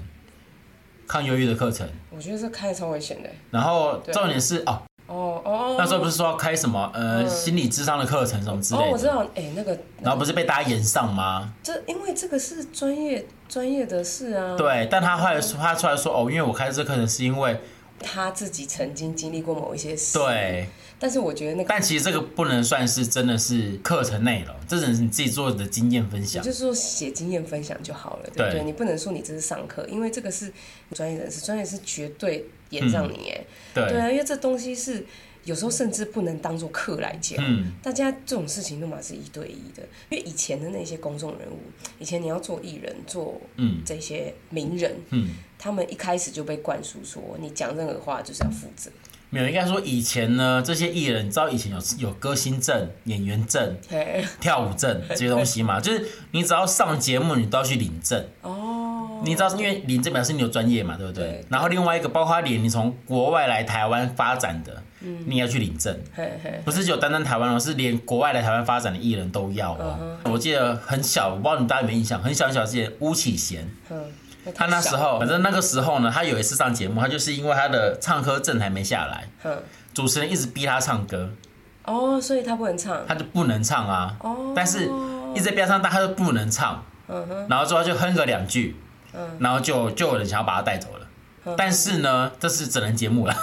Speaker 3: 抗忧郁的课程，
Speaker 1: 我觉得这开的超危险的。
Speaker 3: 然后
Speaker 1: 对
Speaker 3: 重点是哦，
Speaker 1: 哦哦，
Speaker 3: 那时候不是说要开什么呃心理智商的课程什么之
Speaker 1: 嗯哦，
Speaker 3: 类
Speaker 1: 我知
Speaker 3: 的，
Speaker 1: 道，哎、那个，
Speaker 3: 然后不是被大家延上吗？
Speaker 1: 这因为这个是专业专业的事啊，，
Speaker 3: 对，但他后来说他出来说哦，因为我开这课程是因为
Speaker 1: 他自己曾经经历过某一些事，，
Speaker 3: 对，
Speaker 1: 但是我觉得那个
Speaker 3: 但其实这个不能算是真的是课程内容，这只是你自己做的经验分
Speaker 1: 你
Speaker 3: 享。
Speaker 1: 就说写经验分享就好了，对不对？
Speaker 3: 对
Speaker 1: 你不能说你这是上课，因为这个是专业人士，专业人士绝对演上你耶。对
Speaker 3: 对，
Speaker 1: 啊，因为这东西是有时候甚至不能当做课来讲。
Speaker 3: 嗯，
Speaker 1: 大家这种事情都嘛是一对一的，因为以前的那些公众人物，以前你要做艺人、做
Speaker 3: 嗯
Speaker 1: 这些名人，
Speaker 3: 嗯，
Speaker 1: 他们一开始就被灌输说，你讲任何话就是要负责。
Speaker 3: 没有，应该说以前呢，这些艺人，你知道以前有有歌星证、演员证、
Speaker 1: 嘿，
Speaker 3: 跳舞证这些东西 嘛，就是你只要上节目，你都要去领证。
Speaker 1: 哦，
Speaker 3: 你知道，因为领证表示你有专业嘛，对不对？
Speaker 1: 对
Speaker 3: 然后另外一个，包括连你从国外来台湾发展的，
Speaker 1: 嗯
Speaker 3: 你也要去领证。
Speaker 1: 嘿嘿，
Speaker 3: 不是只有单单台湾哦，是连国外来台湾发展的艺人都要
Speaker 1: 嗯
Speaker 3: 哦。我记得很小，我不知道你大家有没有印象，很小很小之前，巫启贤，
Speaker 1: 嗯，
Speaker 3: 他那时
Speaker 1: 小，
Speaker 3: 候，反正那个时候呢，他有一次上节目，他就是因为他的唱歌证还没下来，
Speaker 1: 嗯，
Speaker 3: 主持人一直逼他唱歌，
Speaker 1: 哦，所以他不能唱，
Speaker 3: 他就不能唱啊。
Speaker 1: 哦
Speaker 3: 但是一直在边上，但他就不能唱。
Speaker 1: 嗯哼，嗯
Speaker 3: 然后之后他就哼个两句，然后就就有人想要把他带走了。但是呢，这是整人节目了，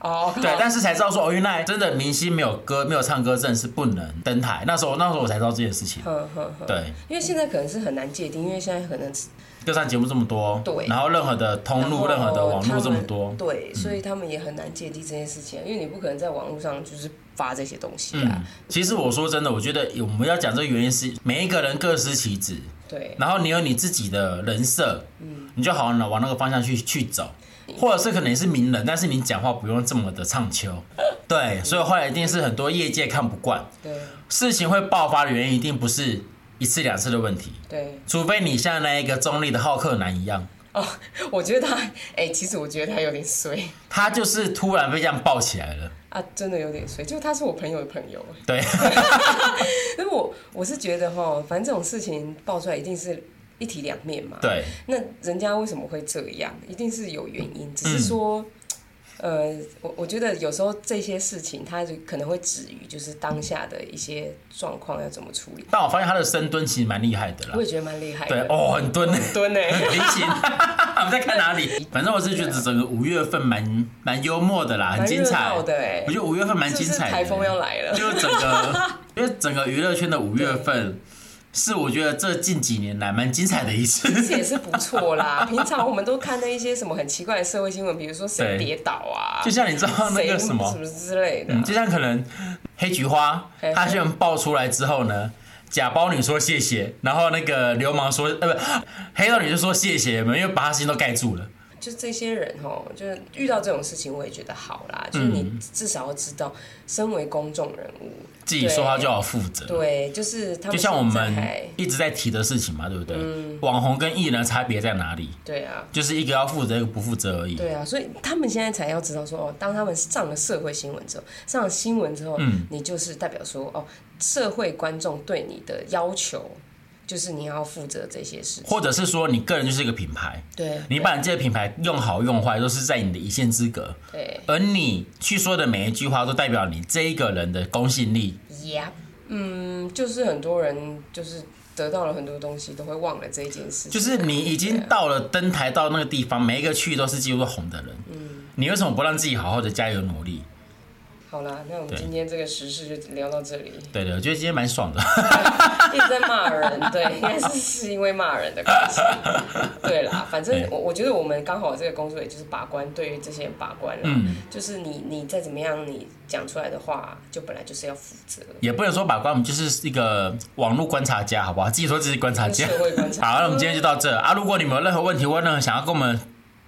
Speaker 1: 哦，
Speaker 3: 对，但是才知道说哦，原来真的明星没有歌没有唱歌证是不能登台。那时候那时候我才知道这件事情，
Speaker 1: 嗯哼哼，
Speaker 3: 对，
Speaker 1: 因为现在可能是很难界定，因为现在可能是
Speaker 3: 就上节目这么多，
Speaker 1: 对
Speaker 3: 然后任何的通路、任何的网络这么
Speaker 1: 然
Speaker 3: 多嗯
Speaker 1: 后他们，对，所以他们也很难界定这件事情，因为你不可能在网络上就是发这些东西啊，
Speaker 3: 嗯，其实我说真的，我觉得我们要讲这个原因是每一个人各司其职，
Speaker 1: 对，
Speaker 3: 然后你有你自己的人设，
Speaker 1: 嗯
Speaker 3: 你就好好地往那个方向去去走，或者是可能你是名人，但是你讲话不用这么的唱秋，对，
Speaker 1: 嗯
Speaker 3: 所以后来一定是很多业界看不惯，
Speaker 1: 对，
Speaker 3: 事情会爆发的原因一定不是一次两次的问题，
Speaker 1: 对，
Speaker 3: 除非你像那一个中立的浩克男一样，
Speaker 1: 哦， 我觉得他，哎、其实我觉得他有点衰
Speaker 3: 他就是突然被这样爆起来了，
Speaker 1: 啊，真的有点衰，就他是我朋友的朋友，
Speaker 3: 对，
Speaker 1: 因为我我是觉得哈，反正这种事情爆出来一定是一体两面嘛，
Speaker 3: 对，
Speaker 1: 那人家为什么会这样？一定是有原因，只
Speaker 3: 嗯
Speaker 1: 是说，呃，我我觉得有时候这些事情，它就可能会止于就是当下的一些状况要怎么处理。
Speaker 3: 但我发现他的深蹲其实蛮厉害的啦
Speaker 1: 我，也觉得蛮厉害
Speaker 3: 对
Speaker 1: 的，，
Speaker 3: 哦，很蹲欸。
Speaker 1: 蹲呢、
Speaker 3: 林琴，我们在看哪里？反正我是觉得整个五月份蛮蛮幽默的啦，很精彩
Speaker 1: 蛮热闹的欸
Speaker 3: 我觉得五月份蛮
Speaker 1: 是不
Speaker 3: 精
Speaker 1: 是
Speaker 3: 彩的。
Speaker 1: 台风要来了？
Speaker 3: 就整个， 因为整个娱乐圈的五月份是我觉得这近几年来蛮精彩的一次。
Speaker 1: 这也是不错啦。平常我们都看那一些什么很奇怪的社会新闻，比如说谁
Speaker 3: 对
Speaker 1: 跌倒啊，
Speaker 3: 就像你知道那
Speaker 1: 谁
Speaker 3: 个什么
Speaker 1: 什，么之类的啊、
Speaker 3: 嗯，就像可能黑菊花
Speaker 1: 嘿嘿
Speaker 3: 它新闻爆出来之后呢。假包女说谢谢，然后那个流氓说，呃，不，黑道女就说谢谢，因为把他心都盖住了。
Speaker 1: 就这些人哦，就是遇到这种事情，我也觉得好啦。就是
Speaker 3: 嗯
Speaker 1: 你至少要知道，身为公众人物，
Speaker 3: 自己说话就要负责。
Speaker 1: 对，就是嗯他们
Speaker 3: 就像我
Speaker 1: 现
Speaker 3: 们
Speaker 1: 在
Speaker 3: 一直在提的事情嘛，对不对？网红跟艺人的差别在哪里？
Speaker 1: 对啊，
Speaker 3: 就是一个要负责，一个不负责而已。
Speaker 1: 对啊，所以他们现在才要知道说，哦，当他们上了社会新闻之后，上了新闻之后，
Speaker 3: 嗯
Speaker 1: 你就是代表说，哦，社会观众对你的要求就是你要负责这些事情，
Speaker 3: 或者是说，你个人就是一个品牌，
Speaker 1: 对，
Speaker 3: 你把你这个品牌用好用坏，都是在你的一线之隔。
Speaker 1: 对
Speaker 3: 而你去说的每一句话，都代表你这一个人的公信力。
Speaker 1: ，Yeah，嗯，就是很多人就是得到了很多东西，都会忘了这一件事情，
Speaker 3: 就是你已经到了登台到那个地方，每一个区域都是几乎都红的人。你为什么不让自己好好的加油努力？
Speaker 1: 好啦，那我们今天这个时事就聊到这里。
Speaker 3: 对的，我觉得今天蛮爽的。
Speaker 1: 一直在骂人，对，应该是是因为骂人的关系。对 啦，反正
Speaker 3: 对
Speaker 1: 我我觉得我们刚好这个工作也就是把关，对于这些人把关啦。
Speaker 3: 嗯
Speaker 1: 就是你你再怎么样，你讲出来的话，就本来就是要负责。
Speaker 3: 也不能说把关，我们就是一个网络观察家，好不好？自己说自己是观察家。
Speaker 1: 社会观察
Speaker 3: 好，那我们今天就到这啊！如果你们有任何问题或任何想要跟我们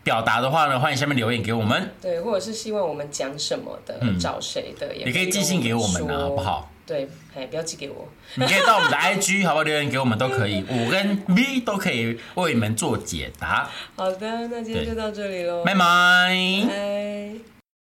Speaker 3: 表达的话呢，欢迎下面留言给我们，
Speaker 1: 对，或者是希望我们讲什么的，找谁的，也
Speaker 3: 嗯也可以寄信给我们啊，
Speaker 1: 说
Speaker 3: 好不？好？
Speaker 1: 对，哎，不要寄给我。
Speaker 3: 你可以到我 们的 IG 好不好？留言给我们都可以，我跟 V 都可以为你们做解答。
Speaker 1: 好的，那今天就到这里喽，
Speaker 3: 拜拜。
Speaker 1: 拜。